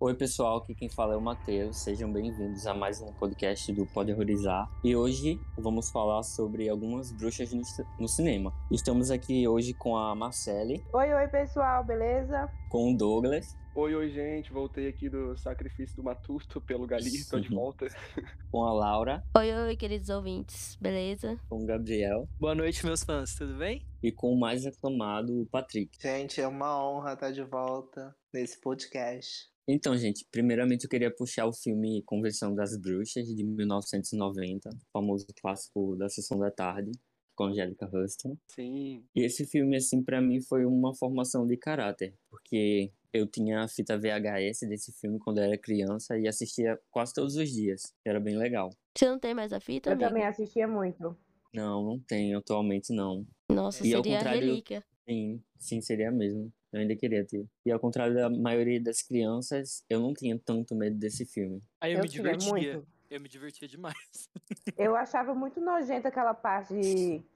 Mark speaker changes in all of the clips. Speaker 1: Oi, pessoal, aqui quem fala é o Matheus. Sejam bem-vindos a mais um podcast do Pode Horrorizar. E hoje vamos falar sobre algumas bruxas no, ci- no cinema. Estamos aqui hoje com a Marcele,
Speaker 2: Oi, oi, pessoal, beleza?
Speaker 1: com o Douglas,
Speaker 3: Oi, oi, gente. Voltei aqui do sacrifício do Matuto pelo Galir. Tô de
Speaker 1: Sim.
Speaker 3: volta.
Speaker 1: com a Laura,
Speaker 4: Oi, oi, queridos ouvintes, beleza?
Speaker 1: com o Gabriel
Speaker 5: Boa noite, meus fãs, tudo bem?
Speaker 1: e com o mais aclamado, o Patrick.
Speaker 6: Gente, é uma honra estar de volta nesse podcast.
Speaker 1: Então, gente, primeiramente eu queria puxar o filme Convenção das Bruxas, de 1990, famoso clássico da Sessão da Tarde, com Angélica Huston.
Speaker 3: Sim.
Speaker 1: E esse filme, assim, pra mim foi uma formação de caráter, porque eu tinha a fita VHS desse filme quando eu era criança e assistia quase todos os dias, que era bem legal.
Speaker 4: Você não tem mais a fita,
Speaker 2: Eu
Speaker 4: amigo?
Speaker 2: também assistia muito.
Speaker 1: Não, não tenho atualmente, não.
Speaker 4: Nossa,
Speaker 1: E ao
Speaker 4: seria a
Speaker 1: contrário-
Speaker 4: relíquia.
Speaker 1: Sim, sim, seria mesmo. Eu ainda queria ter. E ao contrário da maioria das crianças, eu não tinha tanto medo desse filme.
Speaker 5: Aí eu,
Speaker 2: Eu
Speaker 5: me
Speaker 2: tinha
Speaker 5: divertia,
Speaker 2: muito.
Speaker 5: eu me divertia demais.
Speaker 2: Eu achava muito nojenta aquela parte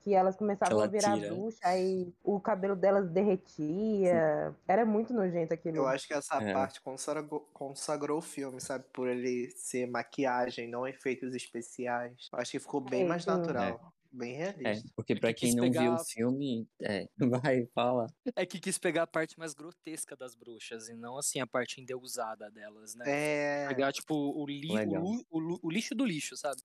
Speaker 2: que elas começavam
Speaker 1: Ela
Speaker 2: a virar
Speaker 1: tira.
Speaker 2: bruxa, aí o cabelo delas derretia. Era muito nojento aquilo.
Speaker 6: Eu acho que essa
Speaker 1: É.
Speaker 6: parte consagrou, consagrou o filme, sabe? Por ele ser maquiagem, não efeitos especiais. Eu Acho que ficou bem
Speaker 2: Sim,
Speaker 6: mais
Speaker 2: sim.
Speaker 6: natural, bem
Speaker 1: É,
Speaker 6: realista.
Speaker 1: porque pra
Speaker 5: que
Speaker 1: quem
Speaker 5: quis
Speaker 1: não viu o
Speaker 5: pegar-
Speaker 1: filme, é, vai, fala.
Speaker 5: É que quis pegar a parte mais grotesca das bruxas e não assim a parte endeusada delas, né?
Speaker 6: É,
Speaker 5: Pegar, tipo, o, li- o
Speaker 1: Legal.
Speaker 5: lu- o lu- o lixo do lixo, sabe?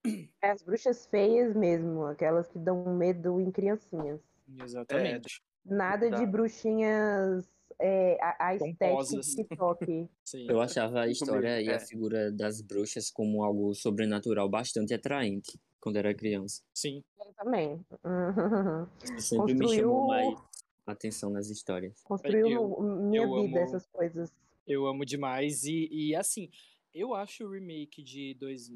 Speaker 2: É as bruxas feias mesmo, aquelas que dão medo em criancinhas.
Speaker 5: Exatamente.
Speaker 2: Nada de
Speaker 3: Tá.
Speaker 2: bruxinhas é, a, a estética
Speaker 5: Pomposas.
Speaker 2: de TikTok.
Speaker 5: Sim.
Speaker 1: Eu achava a história e a
Speaker 3: é.
Speaker 1: figura das bruxas como algo sobrenatural bastante atraente quando era criança.
Speaker 5: Sim.
Speaker 2: Eu também.
Speaker 1: Sempre me
Speaker 2: Construiu-
Speaker 1: chamou mais atenção nas histórias.
Speaker 2: Construiu
Speaker 5: Eu-
Speaker 2: no- minha
Speaker 5: eu
Speaker 2: vida
Speaker 5: amo-
Speaker 2: essas coisas.
Speaker 5: Eu amo demais. E, e, assim, eu acho o remake de dois,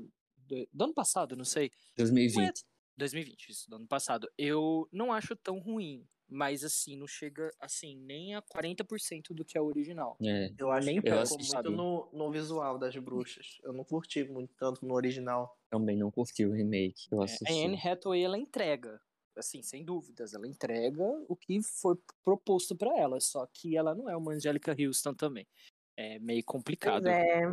Speaker 5: do- do ano passado, não sei.
Speaker 1: 2020.
Speaker 5: 2020, isso, do ano passado. Eu não acho tão ruim. Mas assim, não chega assim, nem a 40% do que é o original.
Speaker 1: É.
Speaker 6: eu acho
Speaker 5: nem um
Speaker 6: que
Speaker 1: eu
Speaker 6: pecou
Speaker 1: assisti.
Speaker 6: muito no, no visual das bruxas. Eu não curti muito tanto no original.
Speaker 1: Também não curti o remake. Eu
Speaker 5: É, a
Speaker 1: assisti.
Speaker 5: Anne Hathaway, ela entrega, assim, sem dúvidas, ela entrega o que foi proposto pra ela, só que ela não é uma Angélica Houston também. É meio
Speaker 2: Pois
Speaker 5: complicado.
Speaker 2: é,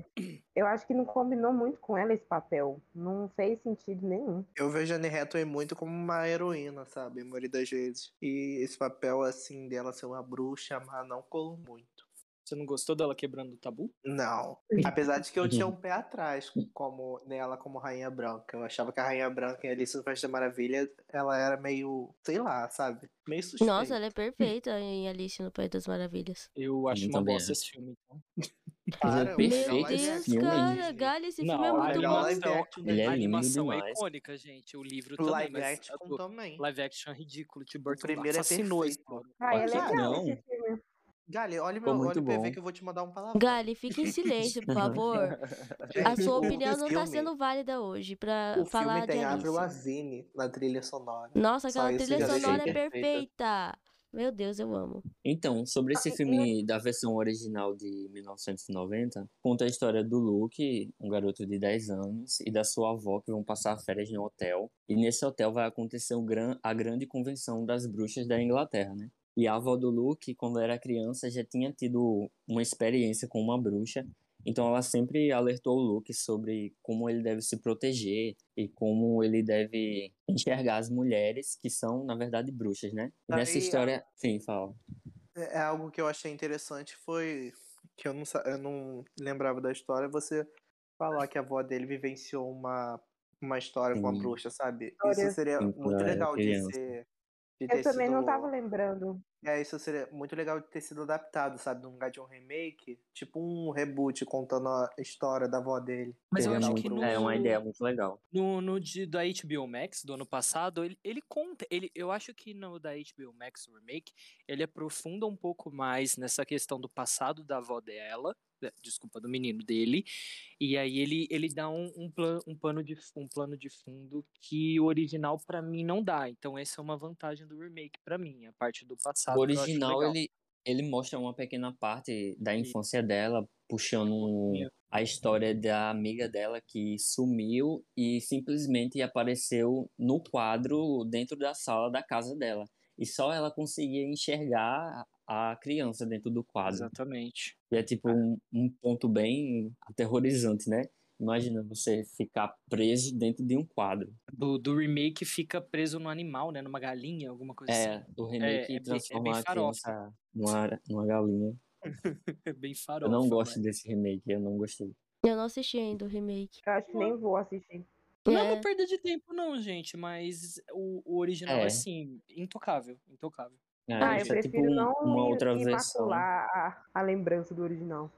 Speaker 2: eu acho que não combinou muito com ela esse papel. Não fez sentido nenhum.
Speaker 6: Eu vejo a Anne Hathaway muito como uma heroína, sabe? A maioria das vezes. E esse papel, assim, dela ser uma bruxa, mas não colou muito.
Speaker 5: Você não gostou dela quebrando o tabu?
Speaker 6: Não. Apesar de que eu
Speaker 1: Uhum.
Speaker 6: tinha um pé atrás como, nela como Rainha Branca. Eu achava que a Rainha Branca em Alice no País da Maravilha, ela era meio, sei lá, sabe? Meio suspeita.
Speaker 4: Nossa, ela é perfeita em Alice no País das Maravilhas.
Speaker 5: Eu acho uma
Speaker 1: também
Speaker 5: bosta
Speaker 1: acho.
Speaker 5: esse filme. então.
Speaker 6: Para,
Speaker 1: é
Speaker 6: o
Speaker 1: perfeito
Speaker 6: melhor
Speaker 4: Meu
Speaker 6: live
Speaker 4: Deus,
Speaker 6: action da
Speaker 1: né?
Speaker 4: cara,
Speaker 6: Disney.
Speaker 4: Galho, esse filme é
Speaker 5: Não,
Speaker 4: muito
Speaker 6: melhor
Speaker 5: legal,
Speaker 4: bom.
Speaker 6: live
Speaker 5: bom.
Speaker 6: action
Speaker 1: Ele é
Speaker 6: da
Speaker 5: a
Speaker 6: Disney.
Speaker 1: lindo
Speaker 5: animação é
Speaker 1: demais.
Speaker 5: icônica, gente. O livro também,
Speaker 6: Live
Speaker 5: mas
Speaker 6: action
Speaker 5: a do-
Speaker 6: também.
Speaker 5: live action é ridículo. Tim Burton
Speaker 6: primeiro é
Speaker 5: assassinou esse
Speaker 6: perfeito.
Speaker 5: livro.
Speaker 2: Ah, é
Speaker 6: Olha,
Speaker 2: legal
Speaker 1: não.
Speaker 2: esse filme.
Speaker 6: Gali, olha,
Speaker 1: Ficou
Speaker 6: meu, olha
Speaker 1: muito
Speaker 6: o PV
Speaker 1: bom.
Speaker 6: que eu vou te mandar um palavrão.
Speaker 4: Galho, fique em silêncio, por favor. A sua
Speaker 6: O
Speaker 4: opinião não tá
Speaker 6: filme-
Speaker 4: sendo válida hoje pra
Speaker 6: O
Speaker 4: falar
Speaker 6: filme tem
Speaker 4: de
Speaker 6: Avril
Speaker 4: Alice.
Speaker 6: Lavigne na trilha sonora.
Speaker 4: Nossa,
Speaker 6: Só
Speaker 4: aquela
Speaker 6: isso
Speaker 4: trilha
Speaker 6: já deixa
Speaker 4: sonora é
Speaker 6: perfeita.
Speaker 4: perfeita. Meu Deus, eu amo.
Speaker 1: Então, sobre esse filme da versão original de 1990, conta a história do Luke, um garoto de 10 anos, e da sua avó que vão passar férias em um hotel. E nesse hotel vai acontecer o gran- a grande convenção das bruxas da Inglaterra, né? E a avó do Luke, quando era criança, já tinha tido uma experiência com uma bruxa. Então ela sempre alertou o Luke sobre como ele deve se proteger e como ele deve enxergar as mulheres que são, na verdade, bruxas, né? E nessa
Speaker 6: Aí,
Speaker 1: história, sim, fala.
Speaker 6: É é algo que eu achei interessante foi que eu não, sa- eu não lembrava da história, você falar que a avó dele vivenciou uma, uma história com uma
Speaker 1: Sim.
Speaker 6: bruxa, sabe?
Speaker 2: Olha.
Speaker 6: Isso seria
Speaker 1: Sim,
Speaker 6: muito
Speaker 1: pra
Speaker 6: legal de
Speaker 1: criança.
Speaker 6: ser. De ter
Speaker 2: Eu também não
Speaker 6: sido-
Speaker 2: tava lembrando.
Speaker 6: É, isso seria muito legal de ter sido adaptado, sabe? No lugar de um remake, tipo um reboot contando a história da avó dele.
Speaker 5: Mas eu
Speaker 1: Seria
Speaker 5: acho
Speaker 1: muito-
Speaker 5: que no,
Speaker 1: É uma ideia muito legal.
Speaker 5: No, no de, da HBO Max do ano passado, ele, ele conta. Ele, eu acho que no da HBO Max Remake, ele aprofunda um pouco mais nessa questão do passado da avó dela. eh, Desculpa, do menino dele. E aí ele, ele dá um, um, plan, um, pano de, um plano de fundo que o original pra mim não dá. Então essa é uma vantagem do remake pra mim, a parte do
Speaker 1: O
Speaker 5: passado. que Tá, eu acho
Speaker 1: original,
Speaker 5: legal.
Speaker 1: ele, ele mostra uma pequena parte da infância dela, puxando um- a história da amiga dela que sumiu e simplesmente apareceu no quadro dentro da sala da casa dela. E só ela conseguia enxergar a criança dentro do quadro.
Speaker 5: Exatamente.
Speaker 1: E é tipo um, um ponto bem aterrorizante, né? Imagina você ficar preso dentro de um quadro.
Speaker 5: Do, do remake fica preso no animal, né? Numa galinha, alguma coisa assim.
Speaker 1: É, do remake
Speaker 5: É, é bem- é
Speaker 1: transformar
Speaker 5: bem
Speaker 1: a criança numa, numa galinha.
Speaker 5: É bem farofa.
Speaker 1: Eu não
Speaker 5: né?
Speaker 1: gosto desse remake, eu não gostei.
Speaker 4: Eu não assisti ainda o remake.
Speaker 2: Eu acho que nem vou assistir.
Speaker 5: Não é uma
Speaker 4: É.
Speaker 5: perda de tempo, não, gente, mas o, o original
Speaker 1: É.
Speaker 5: é. assim, intocável, intocável.
Speaker 1: É,
Speaker 2: Ah, eu
Speaker 1: isso é
Speaker 2: prefiro
Speaker 1: tipo um-
Speaker 2: não
Speaker 1: uma
Speaker 2: me,
Speaker 1: outra
Speaker 2: me
Speaker 1: versão.
Speaker 2: macular a, a lembrança do original.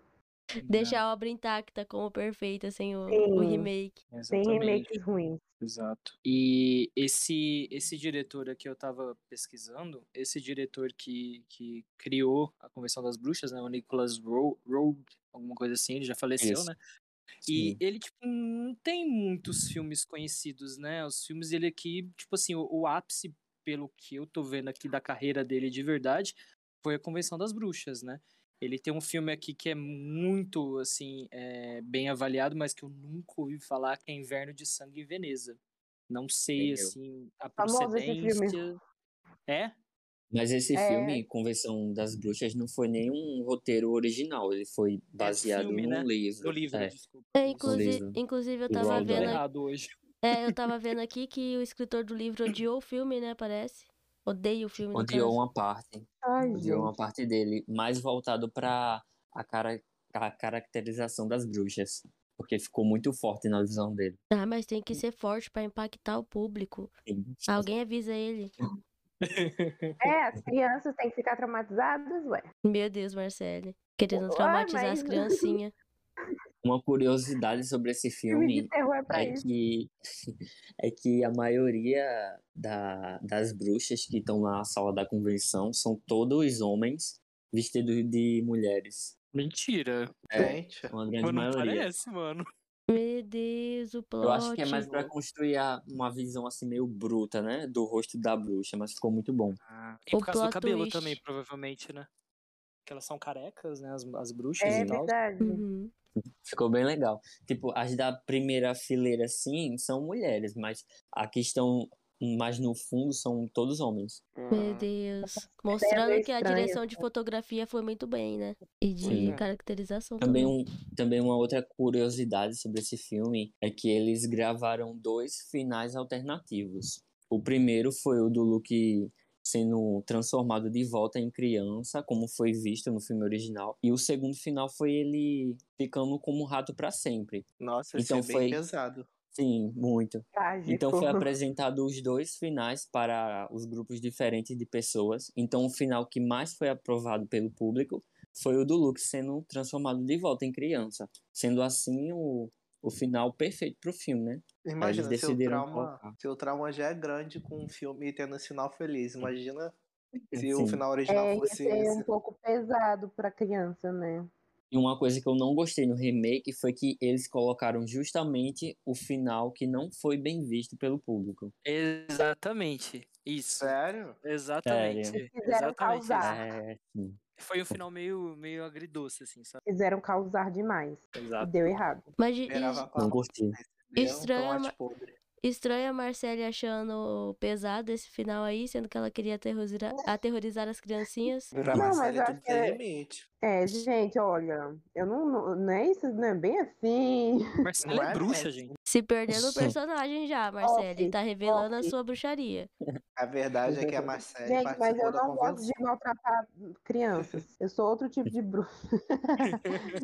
Speaker 5: né,
Speaker 4: Deixar a obra intacta como perfeita sem o, o
Speaker 2: Sim.
Speaker 4: remake.
Speaker 5: É,
Speaker 2: Tem
Speaker 5: exatamente.
Speaker 2: remakes ruins.
Speaker 5: Exato. E esse esse diretor aqui eu tava pesquisando, esse diretor que, que criou a Convenção das Bruxas, né, o Nicholas Rowe, Rowe, alguma coisa assim, ele já faleceu,
Speaker 1: Isso.
Speaker 5: né? E
Speaker 1: Sim.
Speaker 5: ele, tipo, não tem muitos filmes conhecidos, né? Os filmes dele aqui, tipo assim, o, o ápice, pelo que eu tô vendo aqui da carreira dele de verdade, foi a Convenção das Bruxas, né? Ele tem um filme aqui que é muito, assim, é, bem avaliado, mas que eu nunca ouvi falar, que é Inverno de Sangue em Veneza. Não sei,
Speaker 1: Nem eu.
Speaker 5: assim, a
Speaker 2: Famoso esse filme.
Speaker 5: procedência. É?
Speaker 1: Mas esse
Speaker 2: É.
Speaker 1: filme, Convenção das Bruxas, não foi nenhum roteiro original. Ele foi baseado
Speaker 5: filme,
Speaker 1: num
Speaker 5: né?
Speaker 1: livro.
Speaker 5: No livro,
Speaker 1: É.
Speaker 5: desculpa.
Speaker 4: É, inclusive,
Speaker 1: livro.
Speaker 4: inclusive eu
Speaker 1: Igual
Speaker 4: tava
Speaker 1: ao
Speaker 5: Falei
Speaker 1: dela.
Speaker 4: vendo.
Speaker 5: errado hoje.
Speaker 4: É, eu tava vendo aqui que o escritor do livro odiou o filme, né? Parece. Odeia o filme, no
Speaker 1: Odiou
Speaker 4: caso.
Speaker 1: uma parte.
Speaker 2: Ai,
Speaker 1: Odiou uma
Speaker 2: gente.
Speaker 1: parte dele. Mais voltado pra a, cara, a caracterização das bruxas. Porque ficou muito forte na visão dele.
Speaker 4: Ah, mas tem que ser forte pra impactar o público. Alguém avisa ele.
Speaker 2: É, as crianças têm que ficar traumatizadas, ué.
Speaker 4: Meu Deus, Marcele. Querendo
Speaker 2: Ué,
Speaker 4: traumatizar
Speaker 2: mas-
Speaker 4: as criancinhas.
Speaker 1: Uma curiosidade sobre esse
Speaker 2: Filme
Speaker 1: filme
Speaker 2: de terror é pra
Speaker 1: é
Speaker 2: isso.
Speaker 1: que, é que a maioria da- das bruxas que estão na sala da convenção são todos homens vestidos de mulheres.
Speaker 5: Mentira.
Speaker 1: É,
Speaker 6: Gente,
Speaker 1: uma grande
Speaker 5: Mas não
Speaker 1: maioria.
Speaker 5: parece, mano.
Speaker 4: Meu Deus, o plot.
Speaker 1: Eu acho que é mais pra construir a- uma visão assim meio bruta, né? Do rosto da bruxa, mas ficou muito bom.
Speaker 5: E
Speaker 4: O
Speaker 5: por causa do
Speaker 4: plot
Speaker 5: cabelo
Speaker 4: twist.
Speaker 5: também, provavelmente, né? Porque elas são carecas, né? As, as bruxas
Speaker 2: É
Speaker 5: e tal.
Speaker 2: verdade.
Speaker 1: Hum.
Speaker 4: Uhum.
Speaker 1: Ficou bem legal. Tipo, as da primeira fileira, assim, são mulheres, mas a que estão mais no fundo são todos homens.
Speaker 3: ah,
Speaker 4: Meu Deus.
Speaker 2: Ah. É meio
Speaker 4: Mostrando que a
Speaker 2: estranho, né?
Speaker 4: direção de fotografia foi muito bem, né? E de
Speaker 1: Sim.
Speaker 4: caracterização
Speaker 1: Também,
Speaker 4: também.
Speaker 1: um, também uma outra curiosidade sobre esse filme é que eles gravaram dois finais alternativos. O primeiro foi o do Luke sendo transformado de volta em criança, como foi visto no filme original. E o segundo final foi ele ficando como um rato para sempre.
Speaker 6: nossa, esse
Speaker 1: Então
Speaker 6: é bem
Speaker 1: foi-
Speaker 6: pesado.
Speaker 1: Sim, muito.
Speaker 2: Trágico. É,
Speaker 1: Então foi apresentado os dois finais para os grupos diferentes de pessoas. Então o final que mais foi aprovado pelo público foi o do Luke sendo transformado de volta em criança. Sendo assim o, o final perfeito pro filme, né?
Speaker 6: Imagina,
Speaker 1: eles
Speaker 6: seu
Speaker 1: decidiram
Speaker 6: trauma,
Speaker 1: colocar.
Speaker 6: seu trauma já é grande com um filme tendo um final feliz. Imagina se
Speaker 1: Sim.
Speaker 6: o final original
Speaker 2: É, ia
Speaker 6: fosse
Speaker 2: ser
Speaker 6: esse.
Speaker 2: um pouco pesado pra criança, né?
Speaker 1: E uma coisa que eu não gostei no remake foi que eles colocaram justamente o final que não foi bem visto pelo público.
Speaker 5: Exatamente. Isso.
Speaker 6: Sério?
Speaker 5: Exatamente.
Speaker 2: Quiseram
Speaker 5: Exatamente. isso.
Speaker 2: causar.
Speaker 1: É, sim.
Speaker 5: Foi um final meio, meio agridoce, assim, sabe?
Speaker 2: Quiseram causar demais.
Speaker 1: Tá
Speaker 2: E
Speaker 5: Exato.
Speaker 2: deu errado.
Speaker 1: um
Speaker 4: Mas de-
Speaker 6: Esperava a
Speaker 1: não gostei.
Speaker 6: Deu um
Speaker 4: Estranho,
Speaker 6: tomate
Speaker 4: mas-
Speaker 6: podre.
Speaker 4: e- estranho a Marcele achando pesado esse final aí, sendo que ela queria aterrorizar, aterrorizar as criancinhas.
Speaker 6: Pra
Speaker 2: Não, mas
Speaker 6: Marcelo
Speaker 2: eu
Speaker 6: tudo
Speaker 2: acho que é-
Speaker 6: tem limite.
Speaker 2: É, gente, olha, eu não, não, não é isso, não é bem assim.
Speaker 5: Marcela
Speaker 6: Não
Speaker 5: é
Speaker 6: é,
Speaker 5: bruxa,
Speaker 6: né?
Speaker 5: gente.
Speaker 4: Se perdendo o
Speaker 1: Sim.
Speaker 4: personagem já, Marcele.
Speaker 2: Off,
Speaker 4: Tá revelando a
Speaker 2: off.
Speaker 4: sua bruxaria.
Speaker 6: A verdade é que a Marcele
Speaker 2: Uhum. Gente, mas
Speaker 6: participou
Speaker 2: eu
Speaker 6: da
Speaker 2: não gosto
Speaker 6: convenção.
Speaker 2: de maltratar crianças. Eu sou outro tipo de bruxa.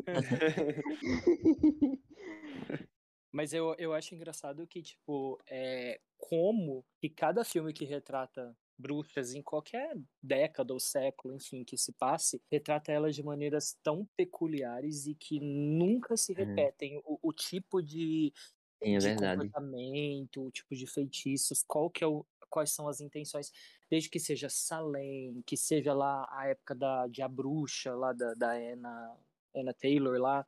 Speaker 5: Mas eu, eu acho engraçado que, tipo, é, como que cada filme que retrata bruxas em qualquer década ou século, enfim, que se passe, retrata elas de maneiras tão peculiares e que nunca se
Speaker 1: É.
Speaker 5: repetem. O, o tipo de,
Speaker 1: Sim, é
Speaker 5: de
Speaker 1: verdade.
Speaker 5: comportamento, o tipo de feitiços, qual que é o, quais são as intenções, desde que seja Salem, que seja lá a época da, de a bruxa, lá da, da Anna, Anna Taylor lá,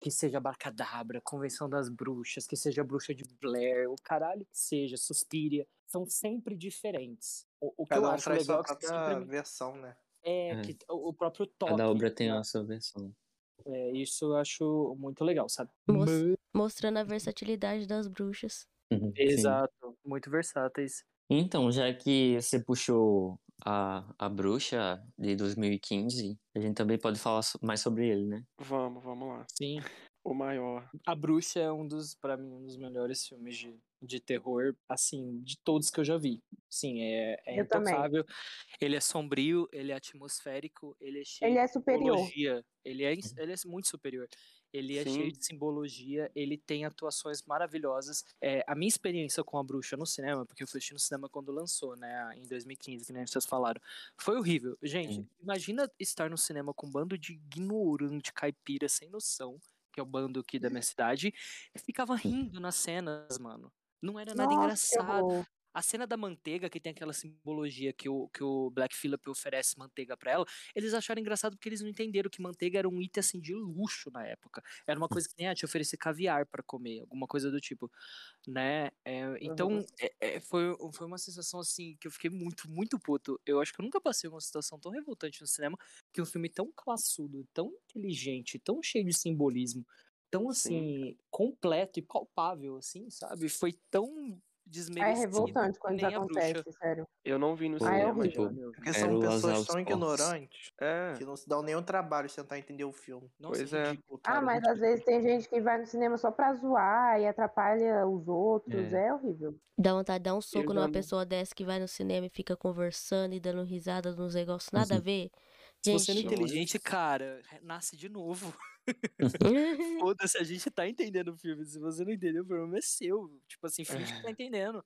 Speaker 5: que seja Barcadabra, Convenção das Bruxas, que seja a Bruxa de Blair, o caralho que seja, Suspiria, são sempre diferentes. O, o que eu
Speaker 6: Cada um
Speaker 5: acho
Speaker 6: traz
Speaker 5: legal
Speaker 6: sua
Speaker 5: é que
Speaker 6: própria
Speaker 5: sempre
Speaker 6: versão, né?
Speaker 5: é,
Speaker 1: É.
Speaker 5: que o, o próprio toque.
Speaker 1: Cada obra tem
Speaker 5: né?
Speaker 1: a sua versão.
Speaker 5: É, isso eu acho muito legal, sabe?
Speaker 4: Mos-
Speaker 5: Mas-
Speaker 4: Mostrando a versatilidade das bruxas.
Speaker 1: Uhum, Sim.
Speaker 5: Exato, muito versáteis.
Speaker 1: Então, já que você puxou a, a Bruxa de 2015, a gente também pode falar so- mais sobre ele, né?
Speaker 3: Vamos, vamos lá.
Speaker 5: Sim.
Speaker 3: O maior.
Speaker 5: A Bruxa é um dos, para mim, um dos melhores filmes de, de terror, assim, de todos que eu já vi. Sim, é, é
Speaker 2: Eu também.
Speaker 5: intocável. Ele é sombrio, ele é atmosférico, ele é cheio
Speaker 2: Ele é
Speaker 5: de
Speaker 2: superior.
Speaker 5: simbologia. Ele é, ins- ele é muito superior. Ele é
Speaker 3: Sim.
Speaker 5: cheio de simbologia, ele tem atuações maravilhosas. É, a minha experiência com a bruxa no cinema, porque eu fui assistir no cinema quando lançou, né? Em 2015, que nem vocês falaram. Foi horrível. Gente, imagina estar no cinema com um bando de ignorante, caipira, sem noção, que é o bando aqui
Speaker 2: Hum.
Speaker 5: da minha cidade, e ficava rindo nas cenas, mano. Não era nada
Speaker 2: Nossa, que
Speaker 5: engraçado.
Speaker 2: horror.
Speaker 5: A cena da manteiga, que tem aquela simbologia que o, que o Black Phillip oferece manteiga pra ela, eles acharam engraçado porque eles não entenderam que manteiga era um item assim de luxo na época. Era uma coisa que nem ah, te oferecer caviar pra comer, alguma coisa do tipo, né? É, então, é- é, foi, foi uma sensação assim que eu fiquei muito, muito puto. Eu acho que eu nunca passei uma situação tão revoltante no cinema que um filme tão classudo, tão inteligente, tão cheio de simbolismo, tão assim, completo e palpável, assim, sabe? Foi tão
Speaker 2: É
Speaker 5: desmerecido.
Speaker 2: revoltante quando isso
Speaker 5: nem é a
Speaker 2: acontece, sério.
Speaker 3: Eu não vi no
Speaker 1: Pô,
Speaker 2: Ah, é
Speaker 3: cinema.
Speaker 2: horrível.
Speaker 3: já.
Speaker 6: Porque
Speaker 1: Era
Speaker 6: são
Speaker 1: o
Speaker 6: pessoas
Speaker 1: Lazarus
Speaker 6: tão
Speaker 1: Box.
Speaker 6: ignorantes
Speaker 3: É.
Speaker 6: que não se dão nenhum trabalho de tentar entender o filme.
Speaker 5: Nossa,
Speaker 3: Pois
Speaker 5: que
Speaker 3: é.
Speaker 5: ridículo, cara,
Speaker 2: Ah, mas às
Speaker 5: ridículo.
Speaker 2: vezes tem gente que vai no cinema só pra zoar e atrapalha os outros.
Speaker 1: É.
Speaker 2: É, horrível.
Speaker 4: Dá vontade de dar um soco
Speaker 3: Eu
Speaker 4: numa
Speaker 3: não-
Speaker 4: pessoa dessa que vai no cinema e fica conversando e dando risada nos negócios nada a ver.
Speaker 5: Se você
Speaker 3: né?
Speaker 5: não é
Speaker 4: Gente.
Speaker 5: inteligente, cara, nasce de novo. Foda-se, a gente tá entendendo o filme. Se você não entendeu, o problema é seu. Tipo assim, finge
Speaker 3: É.
Speaker 5: que tá entendendo.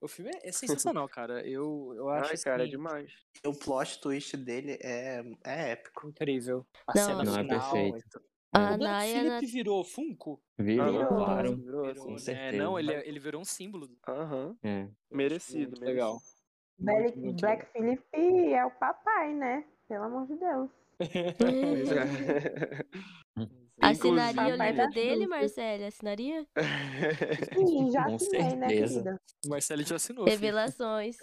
Speaker 5: O filme é, é sensacional, cara. Eu, eu acho
Speaker 3: Ai, cara, é
Speaker 5: assim,
Speaker 3: demais.
Speaker 6: E o plot twist dele é, é épico.
Speaker 5: incrível. A
Speaker 4: Não,
Speaker 5: cena
Speaker 1: Não, é
Speaker 5: final.
Speaker 1: perfeito.
Speaker 4: A
Speaker 5: O Black
Speaker 4: Naya
Speaker 5: Phillip virou Funko?
Speaker 1: É, Virou,
Speaker 2: Virou.
Speaker 1: claro.
Speaker 3: Virou,
Speaker 5: Virou,
Speaker 3: assim.
Speaker 5: né?
Speaker 1: certeza.
Speaker 5: Não, ele, ele virou um símbolo. tipo,
Speaker 3: Aham.
Speaker 1: É.
Speaker 3: Merecido,
Speaker 5: Muito
Speaker 3: merecido.
Speaker 5: legal.
Speaker 2: Black,
Speaker 5: muito
Speaker 2: Black Phillip é o papai, né? Pelo amor de Deus.
Speaker 3: Pois
Speaker 4: Hum.
Speaker 3: é.
Speaker 4: Assinaria o
Speaker 2: Papai
Speaker 4: livro
Speaker 2: da
Speaker 4: dele,
Speaker 2: Xuxa.
Speaker 4: Marcelo? Assinaria?
Speaker 2: Sim, já
Speaker 1: Com
Speaker 2: assinei, né,
Speaker 1: certeza.
Speaker 2: querida?
Speaker 5: Marcelo já assinou. filho.
Speaker 4: Revelações.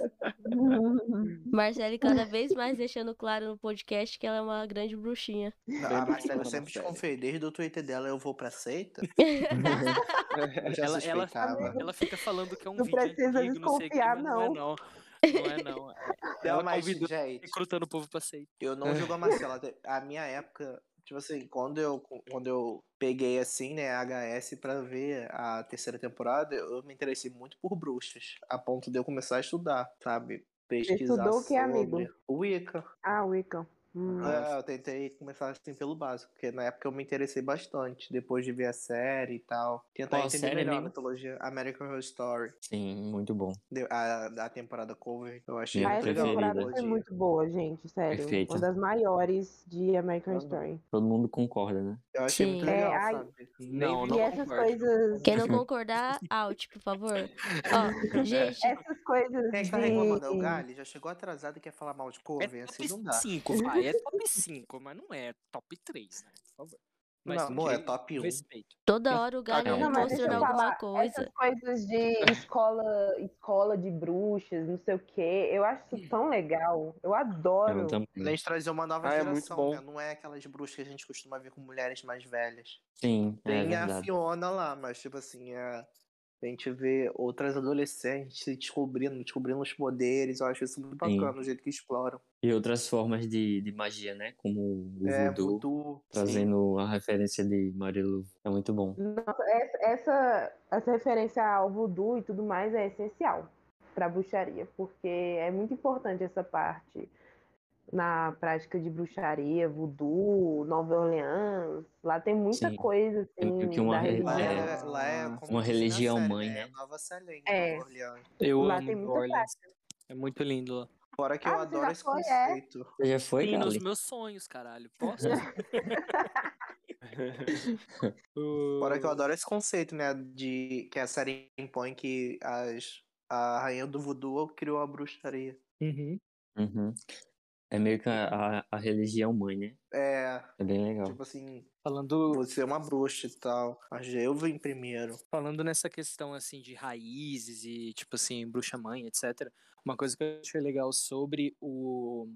Speaker 4: Marcelo cada vez mais deixando claro no podcast que ela é uma grande bruxinha.
Speaker 6: Não,
Speaker 3: Bem
Speaker 6: a
Speaker 3: do
Speaker 6: Marcela
Speaker 3: Bruno,
Speaker 6: sempre
Speaker 3: Marcelo.
Speaker 6: desconfiei. Desde o Twitter dela, eu vou pra seita. Eu já
Speaker 5: Ela- ela-
Speaker 6: suspeitava.
Speaker 5: Ela fica falando que é um
Speaker 2: Não
Speaker 5: vídeo
Speaker 2: precisa
Speaker 5: antigo, não sei o que, mas
Speaker 2: desconfiar,
Speaker 5: não é não. Não é não.
Speaker 6: Não,
Speaker 5: Ela
Speaker 6: mas,
Speaker 5: convidou-
Speaker 6: gente,
Speaker 5: recrutando o povo pra seita.
Speaker 6: eu não julgo a Marcela. A minha época, tipo assim, quando eu, quando eu peguei, assim, né, a HS pra ver a terceira temporada, eu me interessei muito por bruxas. A ponto de eu começar a estudar, sabe? Pesquisar
Speaker 2: Estudou o que,
Speaker 6: sobre
Speaker 2: amigo?
Speaker 6: Wicca.
Speaker 2: Ah, Wicca. Hum.
Speaker 6: É, eu tentei começar assim pelo básico, porque na época eu me interessei bastante, depois de ver a série e tal. Tentar
Speaker 1: Qual a
Speaker 6: entender
Speaker 1: série
Speaker 6: melhor a
Speaker 1: mesmo?
Speaker 6: mitologia American Horror Story.
Speaker 1: Sim, muito bom.
Speaker 6: de- a, da temporada cover, eu achei
Speaker 1: Minha
Speaker 2: Ah,
Speaker 6: muito
Speaker 2: essa
Speaker 6: legal. a
Speaker 2: temporada
Speaker 1: preferida.
Speaker 2: foi
Speaker 6: mitologia.
Speaker 2: muito boa, gente, sério.
Speaker 1: Perfeita.
Speaker 2: Uma das maiores de American
Speaker 6: Aham.
Speaker 2: Story.
Speaker 1: Todo mundo concorda, né?
Speaker 6: Eu achei
Speaker 4: Sim.
Speaker 6: muito
Speaker 2: É,
Speaker 6: legal,
Speaker 2: ai-
Speaker 6: sabe?
Speaker 5: Não,
Speaker 6: vi-
Speaker 5: não
Speaker 2: e essas
Speaker 5: concordo.
Speaker 2: coisas,
Speaker 4: Quem não concordar, out, por favor. Ó, gente,
Speaker 2: essas coisas
Speaker 6: Quem é que tá reclamando? É o
Speaker 2: de...
Speaker 6: Gali? Já chegou atrasado e quer falar mal de
Speaker 5: É
Speaker 6: cover? Assim não dá.
Speaker 5: top 5, vai. É top 5, mas não é top 3, né? Por favor. Mas
Speaker 6: Não, amor,
Speaker 5: ok,
Speaker 6: é top 1.
Speaker 5: Respeito.
Speaker 4: toda hora o Galho
Speaker 6: Não,
Speaker 2: mas
Speaker 4: mostrando
Speaker 2: deixa eu
Speaker 4: alguma
Speaker 2: falar,
Speaker 4: coisa.
Speaker 2: Essas coisas de escola, escola de bruxas, não sei o quê. Eu acho isso tão legal. Eu adoro.
Speaker 1: Eu também.
Speaker 6: Além de trazer uma nova
Speaker 3: Ah, é muito
Speaker 6: geração,
Speaker 3: bom.
Speaker 6: né? Não é aquelas bruxas que a gente costuma ver com mulheres mais velhas.
Speaker 1: Sim, é
Speaker 6: Tem a
Speaker 1: verdade.
Speaker 6: Fiona lá, mas tipo assim, a... a gente vê outras adolescentes se descobrindo, descobrindo os poderes. Eu acho isso muito
Speaker 1: Sim.
Speaker 6: bacana, o jeito que exploram.
Speaker 1: E outras formas de, de magia, né? Como o
Speaker 6: É,
Speaker 1: voodoo,
Speaker 6: voodoo. Sim.
Speaker 1: trazendo a referência de Marilu. É muito bom.
Speaker 2: Nossa, essa, essa, essa referência ao voodoo e tudo mais é essencial para bruxaria, porque é muito importante essa parte na prática de bruxaria, voodoo, Nova Orleans. Lá tem muita
Speaker 1: Sim.
Speaker 2: coisa
Speaker 1: É meio
Speaker 2: assim
Speaker 1: que uma
Speaker 2: da
Speaker 1: re-
Speaker 6: Lá
Speaker 2: religião.
Speaker 6: é, lá é como
Speaker 1: Uma
Speaker 6: diz na
Speaker 1: religião
Speaker 6: série,
Speaker 1: mãe,
Speaker 6: né?
Speaker 1: né?
Speaker 6: Nova Salem,
Speaker 2: É.
Speaker 6: Nova Orleans.
Speaker 5: Eu
Speaker 2: Lá
Speaker 5: amo
Speaker 2: tem
Speaker 5: New
Speaker 2: muita
Speaker 5: Orleans. É muito lindo lá.
Speaker 6: Fora que
Speaker 2: Ah,
Speaker 6: eu
Speaker 2: você
Speaker 6: adoro
Speaker 2: já
Speaker 6: esse
Speaker 2: foi, é?
Speaker 6: conceito.
Speaker 1: Você já foi,
Speaker 5: Sim, nos
Speaker 1: Gali?
Speaker 5: meus sonhos, caralho. Posso?
Speaker 6: Fora que eu adoro esse conceito, né? De que a série impõe que as, a rainha do voodoo criou a bruxaria.
Speaker 5: Uhum.
Speaker 1: Uhum. É meio que a, a, a religião mãe, né?
Speaker 6: É,
Speaker 1: É bem legal.
Speaker 6: tipo assim,
Speaker 5: Falando
Speaker 6: você é uma bruxa e tal. Mas eu vim primeiro.
Speaker 5: Falando nessa questão assim de raízes e tipo assim, bruxa mãe, etc. Uma coisa que eu achei legal sobre o,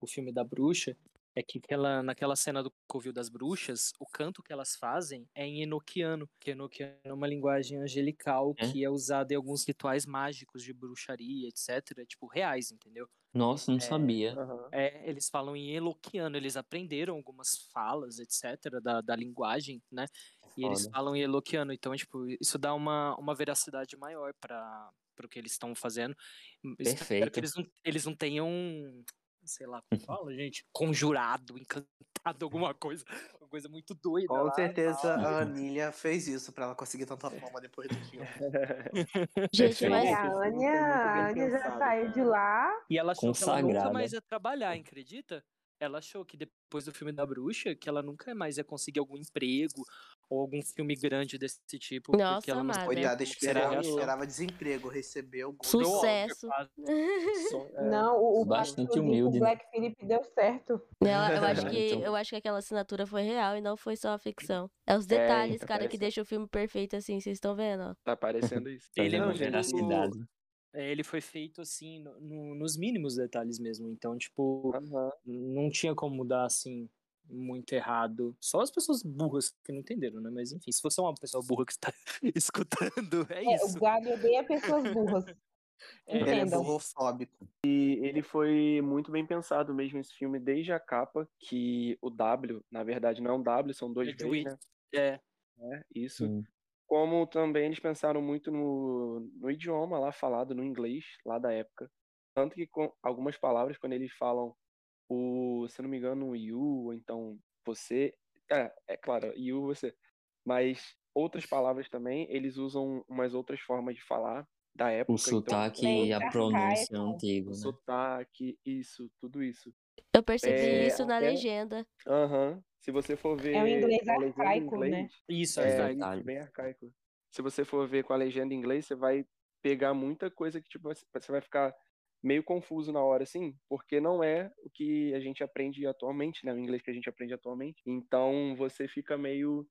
Speaker 5: o filme da bruxa é que aquela, naquela cena do Covil das Bruxas, o canto que elas fazem é em enoquiano, que enoquiano é uma linguagem angelical
Speaker 1: É?
Speaker 5: que é usada em alguns rituais mágicos de bruxaria, etc. Tipo, reais, entendeu?
Speaker 1: Nossa, não sabia.
Speaker 6: Aham.
Speaker 5: É, eles falam em eloquiano, eles aprenderam algumas falas, etc., da, da linguagem, né? E eles
Speaker 1: Foda.
Speaker 5: falam em eloquiano, então, tipo, isso dá uma, uma veracidade maior para o que eles estão fazendo. Espero
Speaker 1: Perfeito.
Speaker 5: que eles não, eles não tenham, sei lá como fala, gente, conjurado, encantado, alguma coisa, uma coisa muito doida.
Speaker 6: Com
Speaker 5: lá,
Speaker 6: certeza
Speaker 5: tal.
Speaker 6: a Anília fez isso pra ela conseguir tanta fama depois do filme.
Speaker 2: É, a
Speaker 3: Esse
Speaker 4: Gente, mas
Speaker 3: filme foi muito
Speaker 2: Ania, a
Speaker 3: bem
Speaker 2: Ania já
Speaker 3: pensado,
Speaker 2: saiu
Speaker 3: cara.
Speaker 2: de lá.
Speaker 5: E ela achou que ela nunca
Speaker 1: Consagrada.
Speaker 5: mais ia trabalhar, hein, acredita? Ela achou que depois do filme da bruxa, que ela nunca mais ia conseguir algum emprego ou algum filme grande desse tipo.
Speaker 4: Nossa,
Speaker 5: porque ela não
Speaker 4: amada.
Speaker 5: sabia
Speaker 6: Coitada,
Speaker 5: como seria a
Speaker 6: esperava,
Speaker 5: reação.
Speaker 6: esperava desemprego, recebeu
Speaker 5: Deu
Speaker 6: gol.
Speaker 4: Sucesso.
Speaker 5: Oscar,
Speaker 6: Som- é,
Speaker 2: Não, o, o
Speaker 1: Bastante
Speaker 2: patrocínio
Speaker 1: humilde,
Speaker 2: do
Speaker 1: né?
Speaker 2: Black Philip deu certo.
Speaker 4: Ela- eu, acho que,
Speaker 1: Então-
Speaker 4: eu acho que aquela assinatura foi real e não foi só a ficção. É os
Speaker 3: É,
Speaker 4: detalhes,
Speaker 3: então,
Speaker 4: cara,
Speaker 3: parece-
Speaker 4: que deixa o filme perfeito assim, vocês estão vendo, ó.
Speaker 3: Tá parecendo isso.
Speaker 5: Ele é
Speaker 1: Fazendo
Speaker 5: muito-
Speaker 1: veracidade.
Speaker 5: É, ele foi feito assim, no- no- nos mínimos detalhes mesmo. Então, tipo,
Speaker 3: Aham.
Speaker 5: não tinha como dar assim muito errado. Só as pessoas burras que não entenderam, né? Mas enfim, se você é uma pessoa burra que está escutando, é
Speaker 2: É,
Speaker 5: isso.
Speaker 2: o Gado odeia pessoas burras.
Speaker 5: É,
Speaker 6: Ele é
Speaker 2: Entendam.
Speaker 6: burrofóbico.
Speaker 3: E ele foi muito bem pensado mesmo esse filme, desde a capa, que o W, na verdade, não é um W, são dois
Speaker 5: É de
Speaker 3: Vs,
Speaker 5: Wii.
Speaker 3: né?
Speaker 5: É,
Speaker 3: É, isso.
Speaker 1: Hum.
Speaker 3: Como também eles pensaram muito no, no idioma lá falado, no inglês lá da época. Tanto que com algumas palavras, quando eles falam o, se eu não me engano, you, ou então você. É, é claro, you, você. Mas outras palavras também, eles usam umas outras formas de falar da época.
Speaker 1: O
Speaker 3: então,
Speaker 1: sotaque
Speaker 2: Meio
Speaker 1: e a
Speaker 2: arcaico.
Speaker 1: pronúncia antigo,
Speaker 3: o
Speaker 1: né?
Speaker 3: sotaque, isso, tudo isso.
Speaker 4: Eu percebi
Speaker 3: É,
Speaker 4: isso na
Speaker 3: até-
Speaker 4: legenda.
Speaker 3: Aham. Se você for ver.
Speaker 2: É um inglês
Speaker 3: com a legenda em
Speaker 2: arcaico, né?
Speaker 3: inglês,
Speaker 5: isso,
Speaker 1: É
Speaker 3: é,
Speaker 5: arcaico.
Speaker 1: verdade.
Speaker 3: isso, bem arcaico. Se você for ver com a legenda em inglês, você vai pegar muita coisa que tipo, você você vai ficar meio confuso na hora, assim, porque não é o que a gente aprende atualmente, né? O inglês que a gente aprende atualmente. Então você fica meio.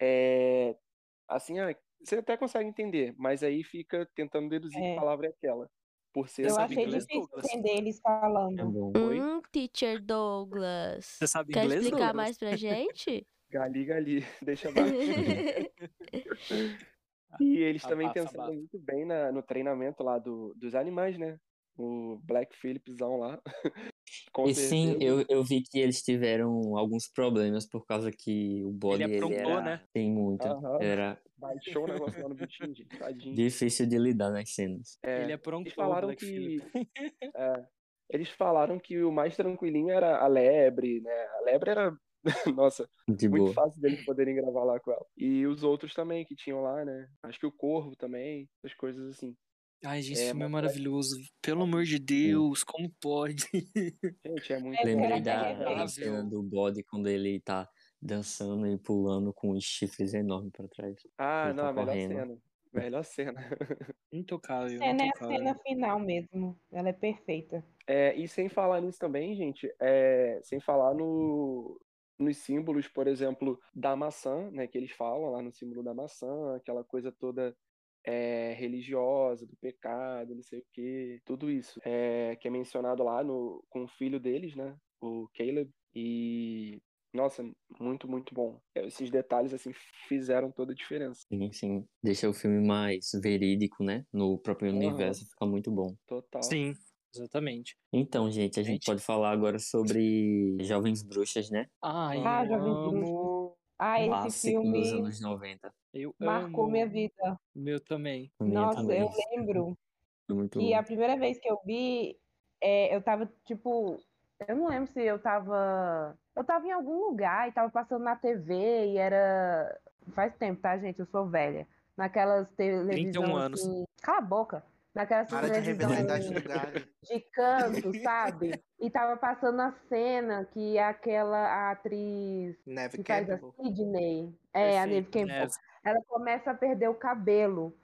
Speaker 3: é, assim, ah, você até consegue entender, mas aí fica tentando deduzir que
Speaker 2: É.
Speaker 3: palavra é aquela. Por ser
Speaker 2: Eu
Speaker 5: sabe
Speaker 2: achei
Speaker 5: inglês,
Speaker 2: difícil
Speaker 5: Douglas?
Speaker 2: entender eles
Speaker 1: É
Speaker 2: falando.
Speaker 1: bom.
Speaker 3: Oi?
Speaker 4: Hum, teacher Douglas.
Speaker 5: Você sabe
Speaker 4: Quer
Speaker 5: inglês,
Speaker 4: explicar
Speaker 5: Douglas?
Speaker 4: mais pra gente?
Speaker 3: Gali, gali, deixa abaixo. E eles também
Speaker 5: Abafa,
Speaker 3: pensaram
Speaker 5: abafa.
Speaker 3: muito bem na- no treinamento lá do- dos animais, né? O Black Phillipsão lá. Com
Speaker 1: E sim,
Speaker 3: certeza.
Speaker 1: eu, eu vi que eles tiveram alguns problemas por causa que o body ele,
Speaker 5: aprontou,
Speaker 1: era
Speaker 5: né?
Speaker 1: tem muita.
Speaker 3: Aham.
Speaker 1: Era
Speaker 3: Baixou o negócio lá no bichinho, gente. Tadinho.
Speaker 1: difícil de lidar nas cenas.
Speaker 3: É,
Speaker 5: Ele é pronto,
Speaker 3: eles falaram que. é, eles falaram que o mais tranquilinho era a lebre, né? A lebre era. Nossa,
Speaker 1: De
Speaker 3: muito
Speaker 1: boa.
Speaker 3: fácil deles poderem gravar lá com ela. E os outros também que tinham lá, né? Acho que o corvo também, essas coisas assim.
Speaker 5: Ai, gente,
Speaker 3: É,
Speaker 5: esse filme é
Speaker 3: mas-
Speaker 5: maravilhoso. Pelo amor de Deus, como pode?
Speaker 3: Gente, é muito.
Speaker 2: É,
Speaker 1: Lembrei
Speaker 2: Era
Speaker 1: da, da
Speaker 2: terrível.
Speaker 1: cena do bode quando ele tá dançando e pulando com os chifres enormes pra trás.
Speaker 3: Ah,
Speaker 1: Ele tá
Speaker 3: não, a melhor
Speaker 1: correndo.
Speaker 3: cena. Melhor cena.
Speaker 5: Intocável,
Speaker 2: Cena é a
Speaker 5: intocável.
Speaker 2: cena final mesmo. Ela é perfeita.
Speaker 3: É, e sem falar nisso também, gente, é, sem falar no, nos símbolos, por exemplo, da maçã, né, que eles falam lá no símbolo da maçã, aquela coisa toda é, religiosa, do pecado, não sei o quê, tudo isso é, que é mencionado lá no, com o filho deles, né, o Caleb, e, nossa, muito, muito bom. É, Esses detalhes, assim, fizeram toda a diferença.
Speaker 1: Sim, sim. Deixa o filme mais verídico, né? No próprio
Speaker 3: Aham.
Speaker 1: universo fica muito bom.
Speaker 3: Total.
Speaker 5: Sim, exatamente.
Speaker 1: Então, gente, a gente,
Speaker 5: Gente.
Speaker 1: pode falar agora sobre Jovens Bruxas, né?
Speaker 5: Ai,
Speaker 2: Ah,
Speaker 5: eu
Speaker 2: Jovens
Speaker 5: amo.
Speaker 2: Ah, esse
Speaker 1: Clássico dos
Speaker 2: filme
Speaker 1: anos 90.
Speaker 5: Eu
Speaker 2: marcou
Speaker 5: amo.
Speaker 2: minha vida.
Speaker 5: Meu também.
Speaker 1: A minha
Speaker 2: Nossa,
Speaker 1: também.
Speaker 2: eu lembro.
Speaker 1: Foi muito
Speaker 2: que
Speaker 1: bom.
Speaker 2: a primeira vez que eu vi, é, eu tava, tipo, eu não lembro se eu tava. Eu tava em algum lugar e tava passando na TV e era. Faz tempo, tá, gente? Eu sou velha. Naquelas televisão
Speaker 5: anos.
Speaker 2: assim. Cala a boca! Naquelas
Speaker 6: Para de
Speaker 2: televisão
Speaker 6: revelar a idade do Gali.
Speaker 2: de canto, sabe? E tava passando a cena que aquela atriz
Speaker 6: Neve
Speaker 2: que faz a
Speaker 6: Campbell.
Speaker 2: Sidney, é, a
Speaker 3: Perfeito,
Speaker 6: assim,
Speaker 2: Neve
Speaker 6: né?
Speaker 2: Campbell,
Speaker 5: Neve.
Speaker 2: ela começa a perder o cabelo.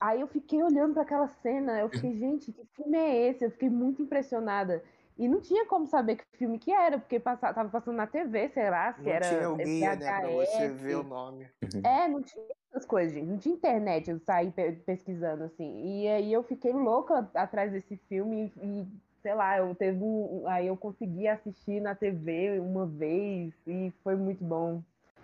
Speaker 2: Aí eu fiquei olhando para aquela cena, eu fiquei, gente, que filme é esse? Eu fiquei muito impressionada. E não tinha como saber que filme que era, porque passa, tava passando na TV, será? Se
Speaker 6: Não
Speaker 2: era
Speaker 6: tinha o guia, né, pra você
Speaker 2: VHS.
Speaker 6: ver o nome.
Speaker 1: Uhum.
Speaker 2: É, não tinha essas coisas, gente. Não tinha internet, eu saí pe- pesquisando, assim. E aí eu fiquei louca atrás desse filme e, e sei lá, eu teve um, aí eu consegui assistir na TV uma vez e foi muito bom.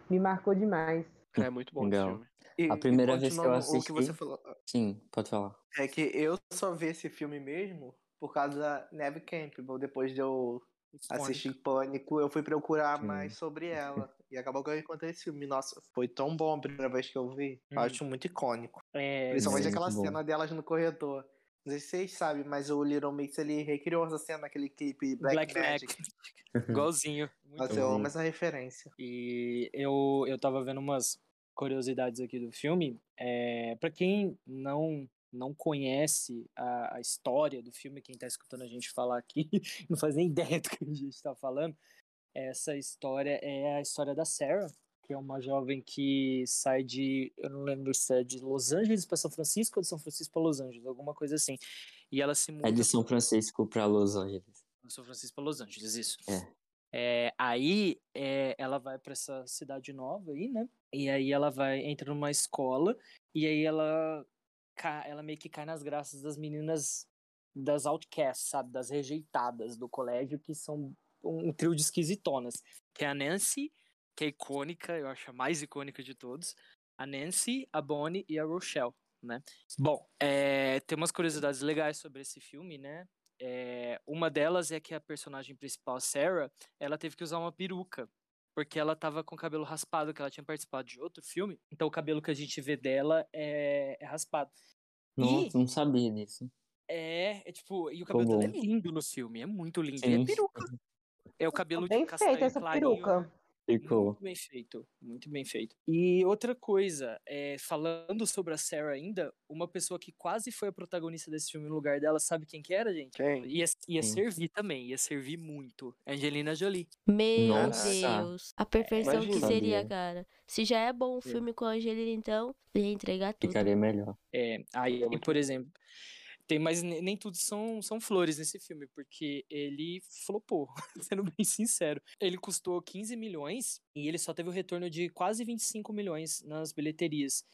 Speaker 2: Me marcou demais.
Speaker 3: É muito bom
Speaker 1: Legal.
Speaker 3: esse filme.
Speaker 6: E-
Speaker 1: A primeira
Speaker 6: e
Speaker 1: vez que eu
Speaker 6: continuando O
Speaker 1: assisti-
Speaker 6: que você falou
Speaker 1: Sim, pode falar.
Speaker 6: é que eu só vi esse filme mesmo por causa da Neve Campbell. Depois de eu assistir Pânico, eu fui procurar
Speaker 1: Sim.
Speaker 6: mais sobre ela. E acabou que eu encontrei esse filme. Nossa, foi tão bom a primeira vez que eu vi. Eu
Speaker 5: Hum.
Speaker 6: acho muito icônico.
Speaker 5: É,
Speaker 6: Principalmente
Speaker 1: sim.
Speaker 6: aquela
Speaker 1: Muito bom.
Speaker 6: cena delas no corredor. Não sei se vocês sabem, mas o Little Mix ele recriou essa cena naquele clipe Black,
Speaker 5: Black
Speaker 6: Magic.
Speaker 5: Magic. Igualzinho. Muito
Speaker 6: Nossa,
Speaker 1: Muito
Speaker 6: eu
Speaker 1: bom.
Speaker 6: amo essa referência.
Speaker 5: E eu, eu tava vendo umas curiosidades aqui do filme. É, para quem não não conhece a, a história do filme, quem tá escutando a gente falar aqui, não faz nem ideia do que a gente tá falando. Essa história é a história da Sarah, que é uma jovem que sai de, eu não lembro se é de Los Angeles para São Francisco ou de São Francisco para Los Angeles, alguma coisa assim. E ela se muda
Speaker 1: É de São Francisco pra Los Angeles.
Speaker 5: de São Francisco para Los Angeles, isso.
Speaker 1: É.
Speaker 5: É, aí é, ela vai para essa cidade nova aí, né? E aí ela vai entra numa escola e aí ela ca- ela meio que cai nas graças das meninas das outcasts, sabe, das rejeitadas do colégio que são um um trio de esquisitonas, que é a Nancy, que é icônica, eu acho a mais icônica de todos, a Nancy, a Bonnie e a Rochelle, né? Bom, é, tem umas curiosidades legais sobre esse filme, né? É, uma delas é que a personagem principal, Sarah, ela teve que usar uma peruca. Porque ela tava com o cabelo raspado, que ela tinha participado de outro filme. Então o cabelo que a gente vê dela é, é raspado.
Speaker 1: Nossa, não sabia disso.
Speaker 5: É, é tipo, e o cabelo
Speaker 1: bom.
Speaker 5: dela é lindo no filme, é muito lindo. E é
Speaker 1: Sim.
Speaker 5: peruca. É o cabelo de
Speaker 2: Bem
Speaker 5: castanho
Speaker 2: feita essa
Speaker 5: clarinho,
Speaker 2: peruca.
Speaker 1: Ficou.
Speaker 5: muito bem feito, muito bem feito. E outra coisa, é, falando sobre a Sarah ainda, uma pessoa que quase foi a protagonista desse filme no lugar dela, sabe quem que era, gente?
Speaker 3: Quem?
Speaker 5: Ia, ia
Speaker 1: Sim.
Speaker 5: servir também, ia servir muito. Angelina Jolie.
Speaker 4: Meu
Speaker 1: Nossa.
Speaker 4: Deus. A perfeição que
Speaker 3: É, Imagina.
Speaker 4: seria,
Speaker 1: Sabia.
Speaker 4: cara. Se já é bom o filme com a Angelina, então, ia entregar tudo.
Speaker 1: Ficaria melhor.
Speaker 5: É, aí,
Speaker 3: muito
Speaker 5: por exemplo, tem, mas ne- nem tudo são, são flores nesse filme, porque ele flopou, sendo bem sincero. Ele custou 15 milhões e ele só teve o retorno de quase 25 milhões nas bilheterias.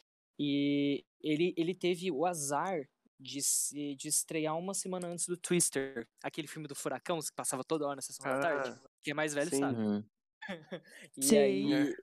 Speaker 5: E ele, ele teve o azar de, se- de estrear uma semana antes do Twister, aquele filme do Furacão, que passava toda hora na sessão da tarde. Quem é mais velho
Speaker 3: Ah, Sim.
Speaker 5: sabe.
Speaker 1: Uhum.
Speaker 5: E
Speaker 4: Sim.
Speaker 5: aí
Speaker 3: É.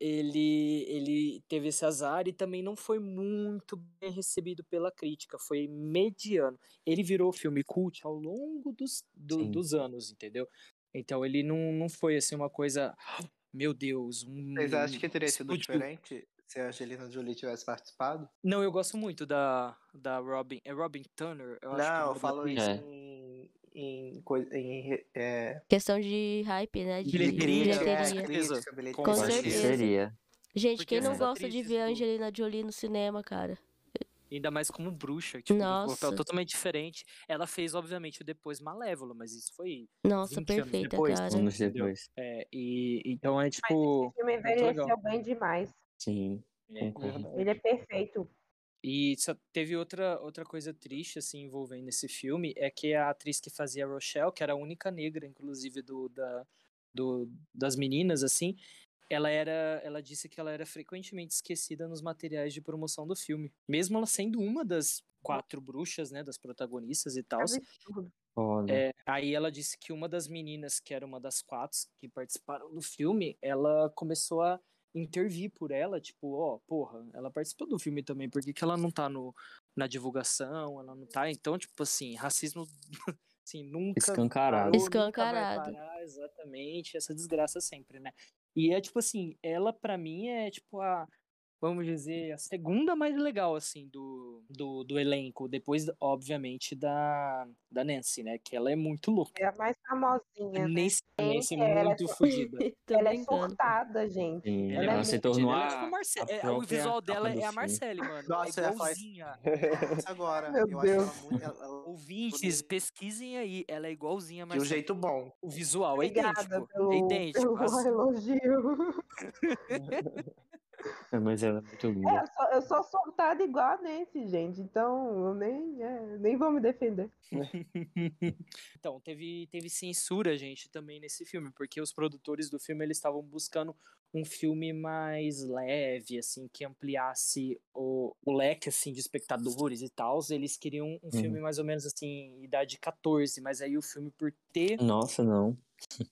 Speaker 5: ele, ele teve esse azar e também não foi muito bem recebido pela crítica, foi mediano. Ele virou filme cult ao longo dos, do-
Speaker 1: Sim.
Speaker 5: dos anos, entendeu? Então ele não, não foi assim uma coisa. "Ah, Meu Deus, um.
Speaker 6: Vocês acham que teria sido
Speaker 5: explodiu."
Speaker 6: diferente se a Angelina Jolie tivesse participado?
Speaker 5: Não, eu gosto muito da, da Robin. É Robin Turner? Eu acho que é o
Speaker 6: Não,
Speaker 5: nome
Speaker 6: eu
Speaker 5: da
Speaker 6: falo
Speaker 5: atriz.
Speaker 6: isso
Speaker 1: É.
Speaker 6: em, em, coi- em re- é,
Speaker 4: Questão de hype, né? De
Speaker 5: Bilheteria,
Speaker 6: crítica,
Speaker 4: bilheteria.
Speaker 5: certeza.
Speaker 6: crítica, bilheteria.
Speaker 5: Com
Speaker 1: Eu acho que
Speaker 4: certeza.
Speaker 1: seria.
Speaker 4: Gente,
Speaker 5: Porque
Speaker 4: quem não
Speaker 5: essas
Speaker 4: gosta de
Speaker 5: assim, atrizes
Speaker 4: ver a
Speaker 5: do-
Speaker 4: Angelina Jolie no cinema, cara?
Speaker 5: Ainda mais como bruxa, tipo, um papel
Speaker 4: Nossa.
Speaker 5: totalmente diferente. Ela fez, obviamente, o depois Malévola, mas isso foi
Speaker 4: Nossa,
Speaker 5: 20 anos
Speaker 4: perfeita,
Speaker 5: depois,
Speaker 4: cara.
Speaker 1: Anos
Speaker 5: Entendeu?
Speaker 1: um depois.
Speaker 5: É, e então é
Speaker 2: Mas
Speaker 5: tipo.
Speaker 2: esse filme
Speaker 5: muito legal.
Speaker 2: envelheceu bem demais.
Speaker 1: Sim,
Speaker 5: é,
Speaker 1: concordo.
Speaker 3: Uhum.
Speaker 2: Ele é perfeito.
Speaker 5: E só teve outra, outra coisa triste, assim, envolvendo esse filme, é que a atriz que fazia a Rochelle, que era a única negra, inclusive, do, da, do, das meninas, assim, ela era. Ela disse que ela era frequentemente esquecida nos materiais de promoção do filme. Mesmo ela sendo uma das quatro bruxas, né? Das protagonistas e tal.
Speaker 2: Absurdo.
Speaker 1: Olha,
Speaker 5: É, aí ela disse que uma das meninas, que era uma das quatro que participaram do filme, ela começou a intervir por ela, tipo, ó, porra, ela participou do filme também, por que, que ela não tá no, na divulgação, ela não tá, então, tipo assim, racismo, assim, nunca
Speaker 1: escancarado.
Speaker 5: parou, nunca vai
Speaker 4: Escancarado.
Speaker 5: parar, exatamente, essa desgraça sempre, né? E é tipo assim, ela pra mim é tipo a, vamos dizer, a segunda mais legal, assim, do, do, do elenco, depois, obviamente, da, da Nancy, né? Que ela é muito louca.
Speaker 2: É a mais famosinha. né?
Speaker 5: Nancy, a Nancy é
Speaker 2: Gente, ela é
Speaker 5: muito fodida.
Speaker 4: Tô
Speaker 2: Ela é
Speaker 4: brincando.
Speaker 2: surtada, gente.
Speaker 1: Sim,
Speaker 2: Ela é
Speaker 1: ela
Speaker 2: muito
Speaker 1: se tornou
Speaker 5: ela é
Speaker 1: a,
Speaker 5: tipo Marce-
Speaker 1: a
Speaker 5: é, O
Speaker 1: própria
Speaker 5: visual
Speaker 1: capa
Speaker 5: dela
Speaker 1: do
Speaker 5: é a
Speaker 1: filme.
Speaker 5: Marcele, mano.
Speaker 6: Nossa, eu
Speaker 5: é
Speaker 6: ia falar isso.
Speaker 5: igualzinha.
Speaker 6: Isso agora.
Speaker 2: Meu
Speaker 6: eu
Speaker 2: Deus.
Speaker 6: acho ela muito. ela- ela-
Speaker 5: Ouvintes, pesquisem aí. Ela é igualzinha a
Speaker 6: de um
Speaker 5: Marcele.
Speaker 6: jeito bom.
Speaker 5: O visual é
Speaker 2: Obrigada
Speaker 5: idêntico.
Speaker 2: pelo,
Speaker 5: É idêntico.
Speaker 2: pelo
Speaker 5: As-
Speaker 2: elogio.
Speaker 1: É, Mas ela é muito
Speaker 2: É,
Speaker 1: linda.
Speaker 2: eu sou, eu sou surtada igual a Nancy, gente. Então, eu nem, é, nem vou me defender.
Speaker 5: Então, teve, teve censura, gente, também nesse filme, porque os produtores do filme eles estavam buscando um filme mais leve, assim, que ampliasse o, o leque, assim, de espectadores e tal. Eles queriam um filme mais ou menos, assim, idade 14, mas aí o filme, por ter
Speaker 1: Nossa, não.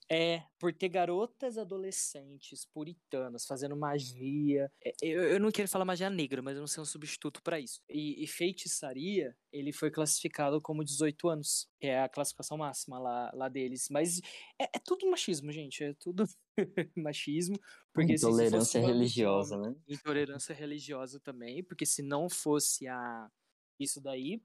Speaker 5: é, por ter garotas adolescentes puritanas fazendo magia. É, Eu, eu não quero falar magia negra, mas eu não sei um substituto pra isso. E, e feitiçaria, ele foi classificado como 18 anos, que é a classificação máxima lá, lá deles. Mas é, é tudo machismo, gente. É tudo machismo. Porque se- se fosse
Speaker 1: Intolerância
Speaker 5: uma-
Speaker 1: religiosa, né?
Speaker 5: intolerância religiosa também, porque se não fosse a isso daí,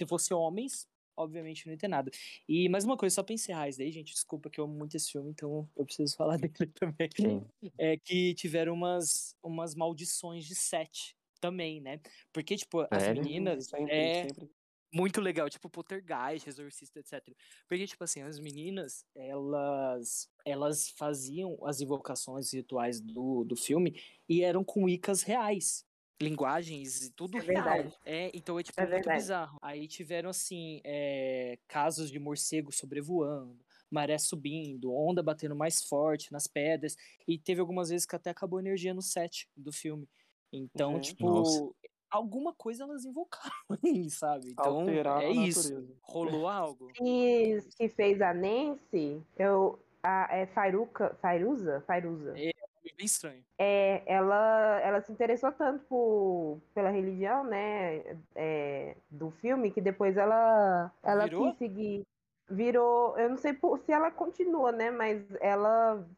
Speaker 5: se fosse homens, obviamente não ia ter nada. E mais uma coisa, só pra encerrar isso daí, gente, desculpa que eu amo muito esse filme, então eu preciso falar dele também.
Speaker 1: Sim.
Speaker 5: É que tiveram umas, umas maldições de sete também, né? Porque, tipo, as
Speaker 1: Sério?
Speaker 5: meninas.
Speaker 3: Sempre,
Speaker 5: é,
Speaker 3: sempre.
Speaker 5: muito legal, tipo Poltergeist, Exorcista, etc. Porque, tipo assim, as meninas, elas elas faziam as invocações rituais do, do filme e eram com icas reais. Linguagens e tudo
Speaker 2: É
Speaker 5: real.
Speaker 2: verdade.
Speaker 5: É, então é tipo
Speaker 2: É
Speaker 5: muito
Speaker 2: verdade.
Speaker 5: bizarro. Aí tiveram assim, é, casos de morcego sobrevoando, maré subindo, onda batendo mais forte nas pedras. E teve algumas vezes que até acabou a energia no set do filme. Então,
Speaker 2: Uhum.
Speaker 3: Gente.
Speaker 5: tipo,
Speaker 1: Nossa.
Speaker 5: alguma coisa elas invocaram aí, sabe? Então,
Speaker 3: Alterar
Speaker 5: é
Speaker 3: a
Speaker 5: isso.
Speaker 3: natureza.
Speaker 5: Rolou algo.
Speaker 2: E que fez a Nancy, eu, a, é Fairuca, Fairuza? Fairuza.
Speaker 5: Foi bem estranho.
Speaker 2: É, ela, ela se interessou tanto por, pela religião, né, é, do filme, que depois ela, ela
Speaker 5: Virou?
Speaker 2: quis seguir, virou, eu não sei por- se ela continua, né, mas ela,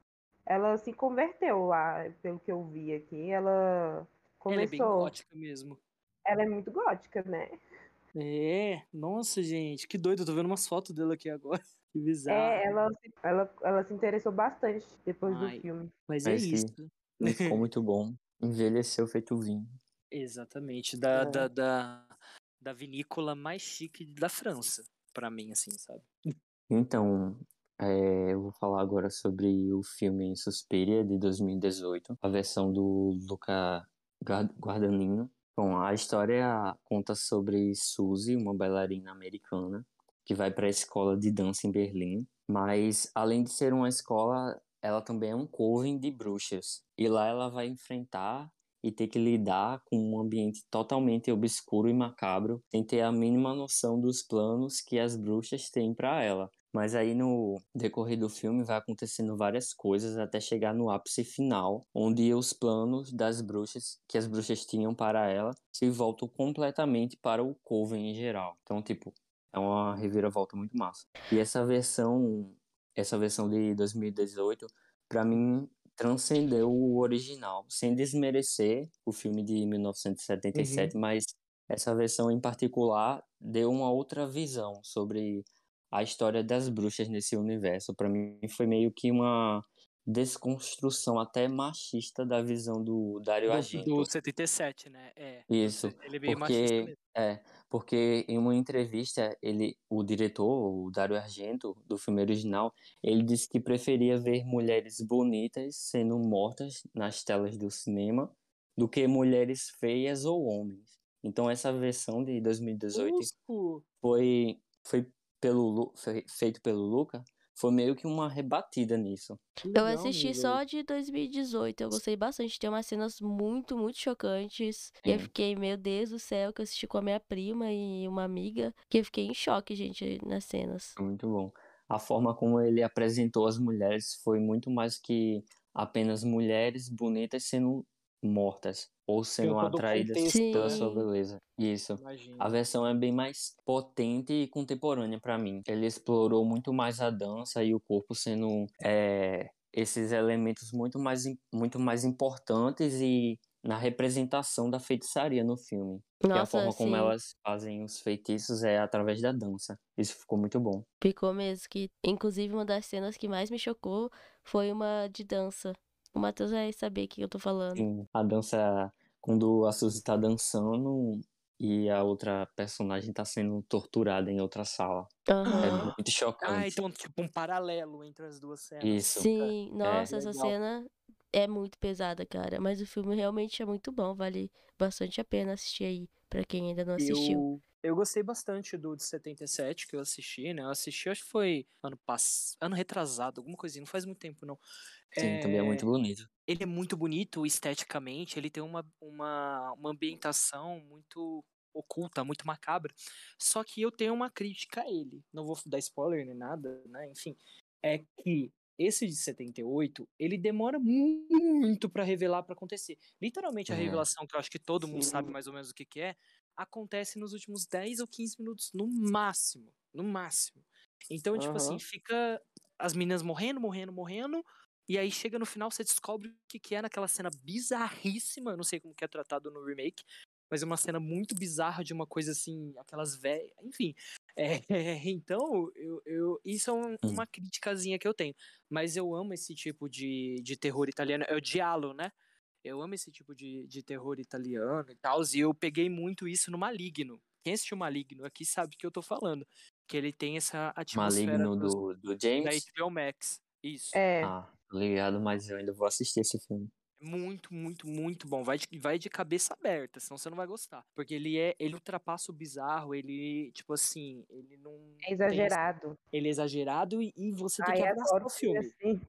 Speaker 2: ela se converteu lá, pelo que eu vi aqui, ela
Speaker 5: Ela é bem
Speaker 2: começou,
Speaker 5: gótica mesmo.
Speaker 2: ela é muito gótica, né,
Speaker 5: É, nossa, gente, que doido. Eu tô vendo umas fotos dela aqui agora. Que
Speaker 1: Tá.
Speaker 2: é,
Speaker 5: bizarro.
Speaker 2: ela, se- ela, ela se interessou bastante depois do
Speaker 5: Ai.
Speaker 2: filme.
Speaker 5: Mas é
Speaker 1: Mas que-
Speaker 5: isso.
Speaker 1: Não ficou muito bom. Envelheceu feito vinho.
Speaker 5: Exatamente. Da,
Speaker 3: É.
Speaker 5: da, da, da vinícola mais chique da França. Pra mim, assim, sabe?
Speaker 1: Então, é, eu vou falar agora sobre o filme Suspiria de 2018, a versão do Luca Guard- Guadagnino. Bom, a história conta sobre Suzy, uma bailarina americana, que vai para a escola de dança em Berlim, mas além de ser uma escola, ela também é um coven de bruxas. E lá ela vai enfrentar e ter que lidar com um ambiente totalmente obscuro e macabro, sem ter a mínima noção dos planos que as bruxas têm para ela. Mas aí no decorrer do filme vai acontecendo várias coisas até chegar no ápice final, onde os planos das bruxas que as bruxas tinham para ela se voltam completamente para o coven em geral. Então, tipo, é uma reviravolta muito massa. E essa versão, essa versão de 2018, para mim transcendeu o original, sem desmerecer o filme de 1977, mas essa versão em particular deu uma outra visão sobre a história das bruxas nesse universo. Para mim foi meio que uma desconstrução até machista da visão do Dario
Speaker 5: Do,
Speaker 1: Argento.
Speaker 5: do 77, né? É.
Speaker 1: Isso,
Speaker 5: Ele é meio machista
Speaker 1: porque
Speaker 5: mesmo.
Speaker 1: é, porque em uma entrevista ele, o diretor, o Dario Argento, do filme original, ele disse que preferia ver mulheres bonitas sendo mortas nas telas do cinema do que mulheres feias ou homens. Então essa versão de 2018
Speaker 5: Justo.
Speaker 1: foi foi pelo Lu- foi feito pelo Luca, foi meio que uma rebatida nisso.
Speaker 5: Que
Speaker 4: Eu
Speaker 5: legal,
Speaker 4: assisti
Speaker 5: amigo.
Speaker 4: só de 2018, eu gostei bastante. Tem umas cenas muito, muito chocantes. E eu
Speaker 1: Sim.
Speaker 4: fiquei, meu Deus do céu, que eu assisti com a minha prima e uma amiga. Que eu fiquei em choque, gente, nas cenas.
Speaker 1: É Muito bom. A forma como ele apresentou as mulheres foi muito mais que apenas mulheres bonitas sendo mortas ou sendo
Speaker 5: todo o
Speaker 1: atraídas
Speaker 5: contexto,
Speaker 4: né?
Speaker 1: pela sua
Speaker 4: Sim.
Speaker 1: beleza. Isso.
Speaker 5: Imagina.
Speaker 1: A versão é bem mais potente e contemporânea pra mim. Ele explorou muito mais a dança e o corpo sendo é, esses elementos muito mais, im- muito mais importantes e na representação da feitiçaria no filme. que é a
Speaker 4: Nossa,
Speaker 1: forma como
Speaker 4: assim,
Speaker 1: elas fazem os feitiços é através da dança. Isso ficou muito bom.
Speaker 4: ficou mesmo. Que, inclusive, uma das cenas que mais me chocou foi uma de dança. O Matheus vai saber o que eu tô falando.
Speaker 1: Sim, a dança. Quando a Suzy tá dançando e a outra personagem tá sendo torturada em outra sala. É
Speaker 4: Aham.
Speaker 1: muito
Speaker 5: Ah,
Speaker 1: chocante.
Speaker 5: então, tipo, um paralelo entre as duas cenas.
Speaker 1: Isso. É,
Speaker 4: Sim, nossa, essa
Speaker 5: Legal.
Speaker 4: cena é muito pesada, cara. Mas o filme realmente é muito bom, vale bastante a pena assistir aí, pra quem ainda não assistiu.
Speaker 5: Eu, eu gostei bastante do de 77 que eu assisti, né? Eu assisti, acho que foi ano passado, ano retrasado, alguma coisinha, não faz muito tempo, não.
Speaker 1: Sim, também é muito bonito.
Speaker 5: ele é muito bonito esteticamente, ele tem uma, uma, uma ambientação muito oculta, muito macabra. Só que eu tenho uma crítica a ele. Não vou dar spoiler nem nada, né? Enfim, é que esse de 78, ele demora mu- muito para revelar para acontecer. Literalmente a
Speaker 1: É.
Speaker 5: revelação que eu acho que todo mundo
Speaker 3: Sim.
Speaker 5: sabe mais ou menos o que que é, acontece nos últimos 10 ou 15 minutos no máximo, no máximo. Então, tipo assim,
Speaker 3: Aham.
Speaker 5: fica as meninas morrendo, morrendo, morrendo, e aí chega no final, você descobre o que, que é naquela cena bizarríssima, eu não sei como que é tratado no remake, mas é uma cena muito bizarra de uma coisa assim, aquelas velhas. Enfim. É, então, eu, eu, isso é um-
Speaker 1: Hum.
Speaker 5: uma criticazinha que eu tenho. Mas eu amo esse tipo de, de terror italiano. É o diálogo, né? Eu amo esse tipo de, de terror italiano e tal. E eu peguei muito isso no Maligno. Quem assistiu Maligno aqui sabe o que eu tô falando. Que ele tem essa atmosfera
Speaker 1: Maligno
Speaker 5: dos-
Speaker 1: do, do
Speaker 5: da
Speaker 1: James.
Speaker 5: HBO Max. Isso.
Speaker 2: É,
Speaker 1: Ah, tô ligado, mas eu ainda vou assistir esse filme.
Speaker 5: É Muito, muito, muito bom. Vai de, vai de cabeça aberta, senão você não vai gostar. Porque ele é, ele ultrapassa o bizarro, ele, tipo assim, ele não.
Speaker 2: é
Speaker 5: tem essa-
Speaker 2: exagerado.
Speaker 5: ele é exagerado e, e você tem
Speaker 2: Ai,
Speaker 5: que
Speaker 2: adoro
Speaker 5: abraçar o filme.
Speaker 2: assim.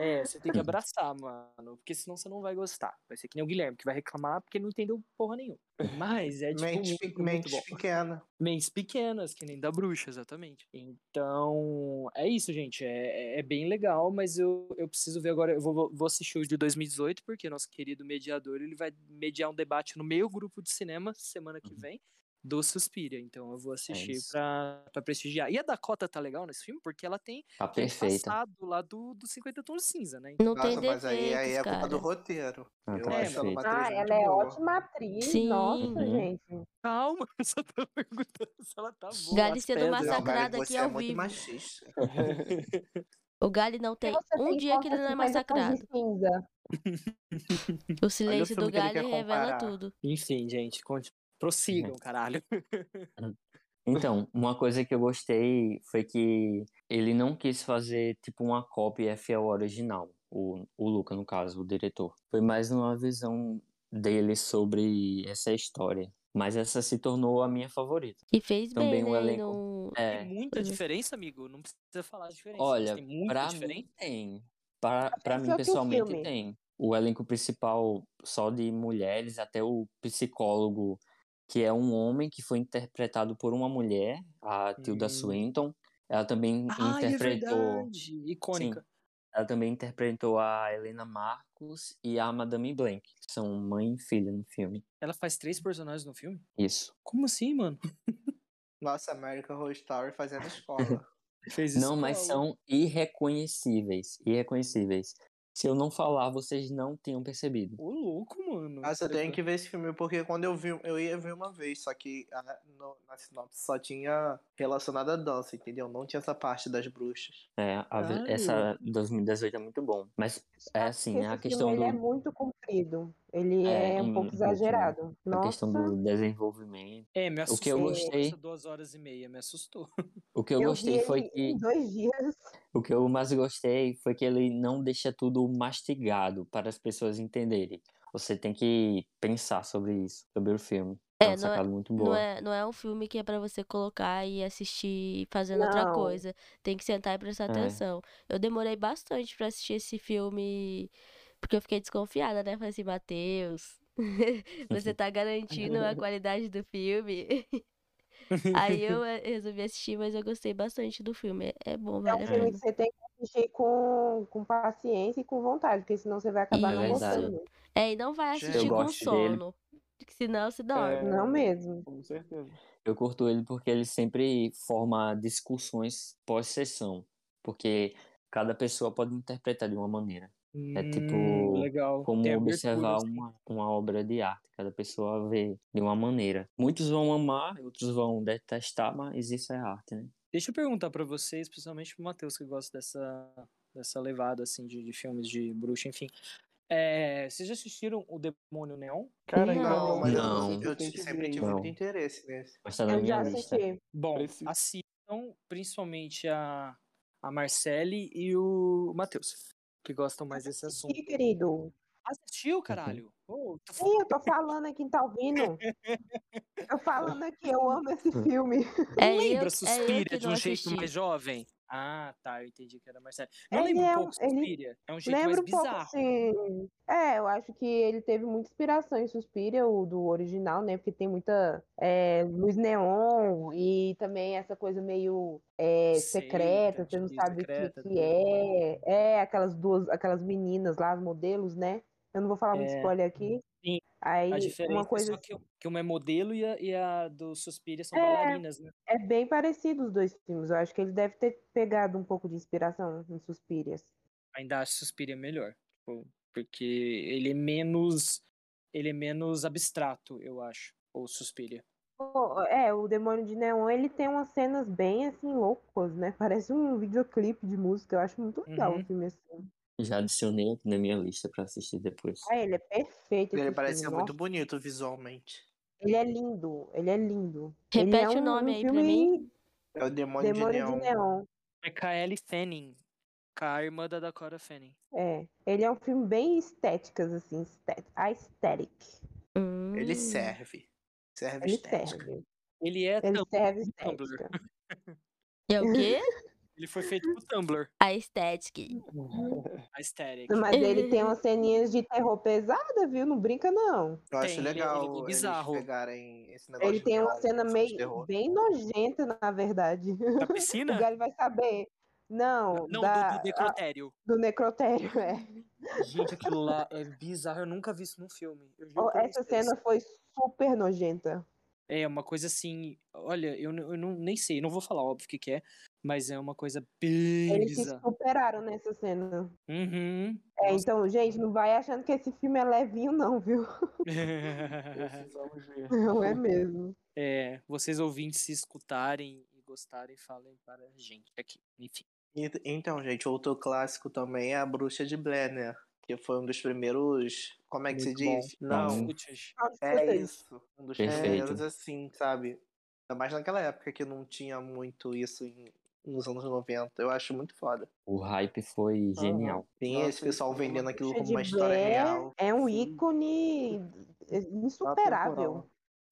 Speaker 5: É, você tem que
Speaker 1: Sim.
Speaker 5: abraçar, mano. Porque senão você não vai gostar. Vai ser que nem o Guilherme, que vai reclamar porque não entendeu porra nenhuma. Mas é tipo
Speaker 6: Mente,
Speaker 5: muito,
Speaker 6: pe-
Speaker 5: muito
Speaker 6: mente
Speaker 5: bom.
Speaker 6: pequena.
Speaker 5: Mentes pequenas, que nem da bruxa, exatamente. Então, é isso, gente. É, é- é bem legal, mas eu, eu preciso ver agora. Eu vou, vou assistir o de 2018, porque nosso querido mediador ele vai mediar um debate no meu grupo de cinema semana que
Speaker 1: Uhum. É
Speaker 5: vem do Suspira. Então, eu vou assistir
Speaker 1: isso.
Speaker 5: pra, pra prestigiar. E a Dakota tá legal nesse filme, porque ela tem
Speaker 1: Tá
Speaker 5: aquele
Speaker 1: perfeita.
Speaker 5: passado lá do, do 50 Tons de Cinza, né?
Speaker 4: Não tem
Speaker 6: Nossa,
Speaker 4: defeitos,
Speaker 6: mas aí, aí é culpa
Speaker 4: cara.
Speaker 6: do roteiro.
Speaker 1: Ah,
Speaker 6: Eu
Speaker 1: tá
Speaker 6: acho ela
Speaker 1: perfeito.
Speaker 6: uma atriz
Speaker 2: Ah,
Speaker 6: muito
Speaker 2: ela é
Speaker 6: boa.
Speaker 2: ótima atriz.
Speaker 4: Sim.
Speaker 2: Nossa,
Speaker 1: Uhum.
Speaker 2: gente.
Speaker 5: Calma, eu só tô perguntando se ela tá boa.
Speaker 4: Galícia
Speaker 5: as
Speaker 4: do
Speaker 5: pedras.
Speaker 6: Não, Mari,
Speaker 4: Massacrado aqui
Speaker 6: você é
Speaker 4: ao
Speaker 6: muito
Speaker 4: vivo.
Speaker 6: machista.
Speaker 4: O Gali não
Speaker 2: Se
Speaker 4: tem
Speaker 2: você
Speaker 4: um
Speaker 2: tem
Speaker 4: dia que ele
Speaker 2: força,
Speaker 4: não é
Speaker 2: 50 tons de
Speaker 4: massacrado.
Speaker 2: cinza.
Speaker 4: O silêncio do
Speaker 6: filme que ele
Speaker 4: Gali
Speaker 6: quer
Speaker 4: revela
Speaker 6: comparar.
Speaker 4: tudo.
Speaker 5: Enfim, gente, conte- prossigam,
Speaker 1: Uhum.
Speaker 5: caralho.
Speaker 1: Então, uma coisa que eu gostei foi que ele não quis fazer tipo uma cópia fiel ao original, o, o Luca, no caso, o diretor. Foi mais uma visão dele sobre essa história. Mas essa se tornou a minha favorita.
Speaker 4: E fez
Speaker 1: Também
Speaker 4: bem,
Speaker 1: um
Speaker 4: né? E
Speaker 1: elenco.
Speaker 4: não-
Speaker 5: Tem
Speaker 1: É,
Speaker 5: muita
Speaker 4: Pois é.
Speaker 5: diferença, amigo? Não precisa falar a diferença. mas
Speaker 1: olha,
Speaker 5: tem muita
Speaker 1: pra
Speaker 5: diferença.
Speaker 1: mim tem. Pra, pra mim,
Speaker 2: Pensou que o
Speaker 1: pessoalmente,
Speaker 2: filme.
Speaker 1: tem. O elenco principal só de mulheres, até o psicólogo, que é um homem que foi interpretado por uma mulher, a Tilda
Speaker 5: Hum.
Speaker 1: Swinton. Ela também
Speaker 2: Ah,
Speaker 5: Ai, é
Speaker 1: interpretou.
Speaker 5: verdade.
Speaker 1: Sim.
Speaker 5: Icônica.
Speaker 1: Ela também interpretou a Helena Marcos e a Madame Blanc, que são mãe e filha no filme.
Speaker 5: Ela faz três personagens no filme?
Speaker 1: Isso.
Speaker 5: Como assim, mano?
Speaker 6: Nossa, American Horror Story fazendo escola.
Speaker 5: Fez
Speaker 1: Não, mas
Speaker 5: escola.
Speaker 1: são irreconhecíveis. Irreconhecíveis. Se eu não falar, vocês não tinham percebido.
Speaker 5: Ô, louco, mano.
Speaker 6: Nossa, eu tenho que ver esse filme, porque quando eu vi, eu ia ver uma vez, só que a- no- na sinopse só tinha relacionada à dança, entendeu? Não tinha essa parte das bruxas.
Speaker 1: É, a ve-
Speaker 5: Caralho.
Speaker 1: essa 2018 é muito bom. Mas é assim,
Speaker 2: Porque
Speaker 1: né? A
Speaker 2: esse
Speaker 1: questão
Speaker 2: filme ele é
Speaker 1: do.
Speaker 2: muito comprido. Ele
Speaker 1: É,
Speaker 2: é,
Speaker 1: é
Speaker 2: um pouco
Speaker 1: muito, né?
Speaker 2: exagerado.
Speaker 1: A questão
Speaker 2: Nossa,
Speaker 1: do desenvolvimento.
Speaker 5: É, me
Speaker 1: O
Speaker 5: assustou.
Speaker 1: que eu
Speaker 2: Sim.
Speaker 1: gostei,
Speaker 5: Essa duas horas e meia, me assustou.
Speaker 1: o que eu
Speaker 2: eu vi
Speaker 1: gostei foi
Speaker 2: ele
Speaker 1: que
Speaker 2: em dois dias.
Speaker 1: o que eu mais gostei foi que ele não deixa tudo mastigado para as pessoas entenderem. Você tem que pensar sobre isso, sobre o filme. É
Speaker 4: É,
Speaker 1: uma
Speaker 4: não é,
Speaker 1: sacada muito
Speaker 4: não,
Speaker 1: boa.
Speaker 4: é, não é um filme que é pra você colocar e assistir fazendo outra
Speaker 2: Não.
Speaker 4: coisa. Tem que sentar e prestar
Speaker 1: É.
Speaker 4: atenção. Eu demorei bastante pra assistir esse filme, porque eu fiquei desconfiada, né? Falei assim, Matheus, você tá garantindo a qualidade do filme? Aí eu eh, resolvi assistir, mas eu gostei bastante do filme. É, é bom,
Speaker 2: É
Speaker 4: vale
Speaker 2: um
Speaker 4: a
Speaker 1: É.
Speaker 2: filme que
Speaker 4: pena.
Speaker 2: você tem que assistir com, com paciência e com vontade, porque senão você vai acabar
Speaker 1: É
Speaker 2: não
Speaker 1: verdade.
Speaker 2: gostando.
Speaker 4: É, e não vai
Speaker 6: Gente,
Speaker 1: Eu
Speaker 4: assistir com
Speaker 1: gosto dele.
Speaker 4: sono, porque senão se dorme.
Speaker 2: Não mesmo.
Speaker 3: Com certeza.
Speaker 1: Eu curto ele porque ele sempre forma discussões pós-sessão, porque cada pessoa pode interpretar de uma maneira. É
Speaker 5: Hum,
Speaker 1: tipo
Speaker 5: legal. Tem
Speaker 1: como
Speaker 5: abertura,
Speaker 1: observar um
Speaker 5: assim.
Speaker 1: uma, uma obra de arte, cada pessoa vê de uma maneira. Muitos vão amar, outros vão detestar, mas isso é arte, né?
Speaker 5: Deixa eu perguntar pra vocês, principalmente pro Matheus, que gosta dessa, dessa levada, assim, de, de filmes de bruxa, enfim. É, vocês já assistiram O Demônio Neon?
Speaker 3: Cara, ainda
Speaker 4: Não.
Speaker 3: não, mas eu
Speaker 1: Não.
Speaker 3: preciso,
Speaker 6: Então, Eu
Speaker 3: eu tenho que
Speaker 6: sempre
Speaker 3: ver
Speaker 6: tive
Speaker 3: ainda.
Speaker 1: Não.
Speaker 6: muito interesse nesse.
Speaker 1: Mas tá na
Speaker 2: Eu já
Speaker 1: minha lista.
Speaker 2: assisti.
Speaker 5: Bom,
Speaker 3: Preciso.
Speaker 5: assistam principalmente a, a Marcele e o Matheus, que gostam mais desse
Speaker 2: Assisti,
Speaker 5: assunto.
Speaker 2: querido.
Speaker 5: Assistiu, caralho? Ô, tô
Speaker 2: Ih, eu tô falando aqui, tá ouvindo? Eu falando aqui, eu amo esse filme.
Speaker 4: É eu,
Speaker 5: Lembra
Speaker 4: é eu
Speaker 5: Suspira
Speaker 4: que
Speaker 5: de
Speaker 4: não
Speaker 5: um
Speaker 4: assisti.
Speaker 5: jeito mais jovem? Ah, tá, eu entendi que era Marcelo. Não
Speaker 2: Ele
Speaker 5: lembro
Speaker 2: é
Speaker 5: um
Speaker 2: um-
Speaker 5: pouco
Speaker 2: ele
Speaker 5: Suspiria. É um jeito mais
Speaker 2: Lembra um pouco,
Speaker 5: bizarro.
Speaker 2: assim. É, eu acho que ele teve muita inspiração em Suspiria, o do original, né? Porque tem muita é, luz neon e também essa coisa meio é,
Speaker 5: Seita,
Speaker 2: secreta, você não
Speaker 5: de
Speaker 2: sabe o que,
Speaker 5: tipo secreta,
Speaker 2: que
Speaker 5: tudo.
Speaker 2: é. É, aquelas duas, aquelas meninas lá, as modelos, né? Eu não vou falar muito
Speaker 5: É.
Speaker 2: spoiler aqui.
Speaker 5: Sim,
Speaker 2: Aí,
Speaker 5: A
Speaker 2: uma
Speaker 5: diferença
Speaker 2: coisa
Speaker 5: é só que, que uma é modelo e a, e a do Suspiria são
Speaker 2: É.
Speaker 5: bailarinas, né?
Speaker 2: é bem parecido os dois filmes. Eu acho que ele deve ter pegado um pouco de inspiração em Suspirias.
Speaker 5: Ainda acho Suspiria melhor. tipo, Porque ele é menos. Ele é menos abstrato, eu acho. Ou Suspiria.
Speaker 2: Pô, É, o Demônio de Neon, ele tem umas cenas bem, assim, loucas, né? Parece um videoclipe de música. Eu acho muito legal
Speaker 5: Uhum.
Speaker 2: o filme, assim.
Speaker 1: Já adicionei aqui na minha lista pra assistir depois.
Speaker 2: Ah, ele é perfeito esse
Speaker 6: Ele
Speaker 2: filme,
Speaker 6: parecia muito
Speaker 2: nossa.
Speaker 6: bonito visualmente.
Speaker 2: Ele é lindo, ele é lindo. Ele é
Speaker 4: Repete o
Speaker 2: um-
Speaker 4: nome
Speaker 2: um
Speaker 4: aí pra
Speaker 2: filme
Speaker 4: mim.
Speaker 6: É o Demônio,
Speaker 2: Demônio
Speaker 6: de
Speaker 2: de
Speaker 6: Neon.
Speaker 2: Neon.
Speaker 5: É Kaeli Fanning, com a irmã da Dakota Fanning.
Speaker 2: É, ele é um filme bem estéticas, assim, estet- aesthetic.
Speaker 6: Ele
Speaker 4: Hum.
Speaker 6: é serve. Serve
Speaker 2: Ele
Speaker 6: estética.
Speaker 2: serve,
Speaker 5: Ele é
Speaker 2: ele
Speaker 5: Tumblr.
Speaker 2: serve
Speaker 5: Tumblr.
Speaker 2: estética.
Speaker 4: É o quê?
Speaker 5: Ele foi feito pro Tumblr.
Speaker 4: A estética. Uhum.
Speaker 5: A aesthetic.
Speaker 2: Mas ele tem umas ceninhas de terror pesada, viu? Não brinca, não.
Speaker 6: Eu
Speaker 5: Tem,
Speaker 6: acho
Speaker 5: ele-
Speaker 6: legal
Speaker 5: ele é
Speaker 6: eles
Speaker 5: bizarro.
Speaker 6: pegarem esse negócio
Speaker 2: Ele
Speaker 6: de
Speaker 2: tem uma
Speaker 6: neon,
Speaker 2: cena
Speaker 6: filme de
Speaker 2: meio
Speaker 6: terror.
Speaker 2: bem nojenta, na verdade.
Speaker 5: Da
Speaker 2: O
Speaker 5: piscina?
Speaker 2: Gali vai saber. Não,
Speaker 5: Não,
Speaker 2: da-
Speaker 5: do, do
Speaker 2: a-
Speaker 5: necrotério.
Speaker 2: do necrotério, é.
Speaker 5: Gente, aquilo lá é bizarro. Eu nunca vi isso num filme. Eu juro
Speaker 2: Oh,
Speaker 5: pra
Speaker 2: Essa
Speaker 5: vocês.
Speaker 2: cena foi super nojenta.
Speaker 5: É uma coisa assim. Olha, eu, n- eu não, nem sei. Não vou falar, óbvio, o que, que é. Mas é uma coisa bem
Speaker 2: Eles se
Speaker 5: bizarra.
Speaker 2: superaram nessa cena.
Speaker 5: Uhum.
Speaker 2: É,
Speaker 5: Nossa.
Speaker 2: então, gente, não vai achando que esse filme é levinho, não, viu?
Speaker 3: Precisamos ver.
Speaker 2: Não é mesmo.
Speaker 5: É, vocês ouvintes se escutarem e gostarem, falem para a gente aqui. Enfim.
Speaker 6: E- Então, gente, outro clássico também é a Bruxa de Blair, né? Que foi um dos primeiros. Como é que
Speaker 5: Muito
Speaker 6: se diz?
Speaker 5: bom.
Speaker 6: Não,
Speaker 5: Footage.
Speaker 2: Fala de
Speaker 6: é
Speaker 2: vocês.
Speaker 6: isso. Um dos
Speaker 1: Perfeito.
Speaker 6: primeiros, assim, sabe? Ainda mais naquela época que não tinha muito isso em- nos anos 90. Eu acho muito foda.
Speaker 1: O hype foi genial.
Speaker 6: Tem
Speaker 3: Nossa,
Speaker 6: esse pessoal
Speaker 3: isso é uma
Speaker 6: vendendo aquilo
Speaker 2: Bruxa
Speaker 6: como
Speaker 2: de
Speaker 6: uma história
Speaker 2: Blair
Speaker 6: real.
Speaker 2: É um
Speaker 3: sim.
Speaker 2: ícone insuperável.
Speaker 3: Atemporal.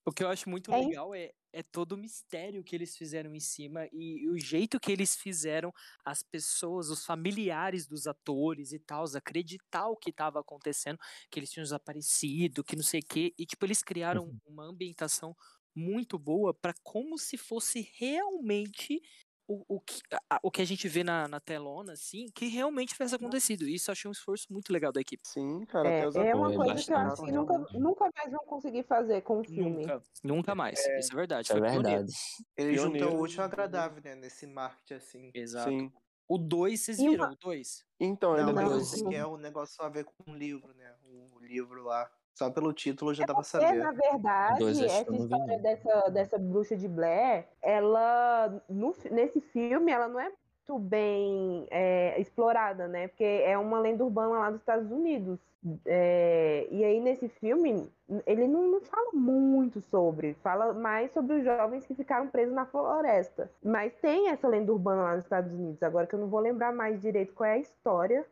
Speaker 5: O que eu acho muito
Speaker 2: É in-
Speaker 5: legal é, é todo o mistério que eles fizeram em cima e o jeito que eles fizeram as pessoas, os familiares dos atores e tal, acreditar o que estava acontecendo, que eles tinham desaparecido, que não sei o quê. E, tipo, eles criaram
Speaker 2: Uhum.
Speaker 5: uma ambientação muito boa para como se fosse realmente o, o, que, a- a, o que a gente vê na, na telona, assim, que realmente tivesse
Speaker 2: Uhum.
Speaker 5: acontecido. Isso eu achei um esforço muito legal da equipe.
Speaker 3: Sim, cara, até os
Speaker 2: É, é uma
Speaker 1: atores
Speaker 2: coisa que eu
Speaker 1: bastante.
Speaker 2: acho que nunca, nunca mais vão conseguir fazer com o filme.
Speaker 5: Nunca, nunca mais. Isso é verdade.
Speaker 1: Isso é
Speaker 5: foi pioneiro.
Speaker 1: verdade.
Speaker 6: Ele
Speaker 3: Pioneiro.
Speaker 6: juntou o útil ao agradável, né? Nesse marketing, assim.
Speaker 5: Exato.
Speaker 3: Sim.
Speaker 5: O 2, vocês
Speaker 2: E uma-
Speaker 5: viram o 2?
Speaker 3: Então, ele
Speaker 6: Não,
Speaker 3: é bem-
Speaker 2: não.
Speaker 6: mas esse que é um negócio a ver com um livro, né? O livro lá. Só pelo título já dá pra
Speaker 2: É,
Speaker 6: saber.
Speaker 2: na verdade,
Speaker 1: Dois, acho que
Speaker 2: essa
Speaker 1: eu não vi,
Speaker 2: história
Speaker 1: não.
Speaker 2: dessa, dessa bruxa de Blair, ela, no, fi- nesse filme, ela não é muito bem é, explorada, né? Porque é uma lenda urbana lá dos Estados Unidos. É, e aí, nesse filme, ele não, não fala muito sobre, fala mais sobre os jovens que ficaram presos na floresta. Mas tem essa lenda urbana lá nos Estados Unidos, agora que eu não vou lembrar mais direito qual é a história,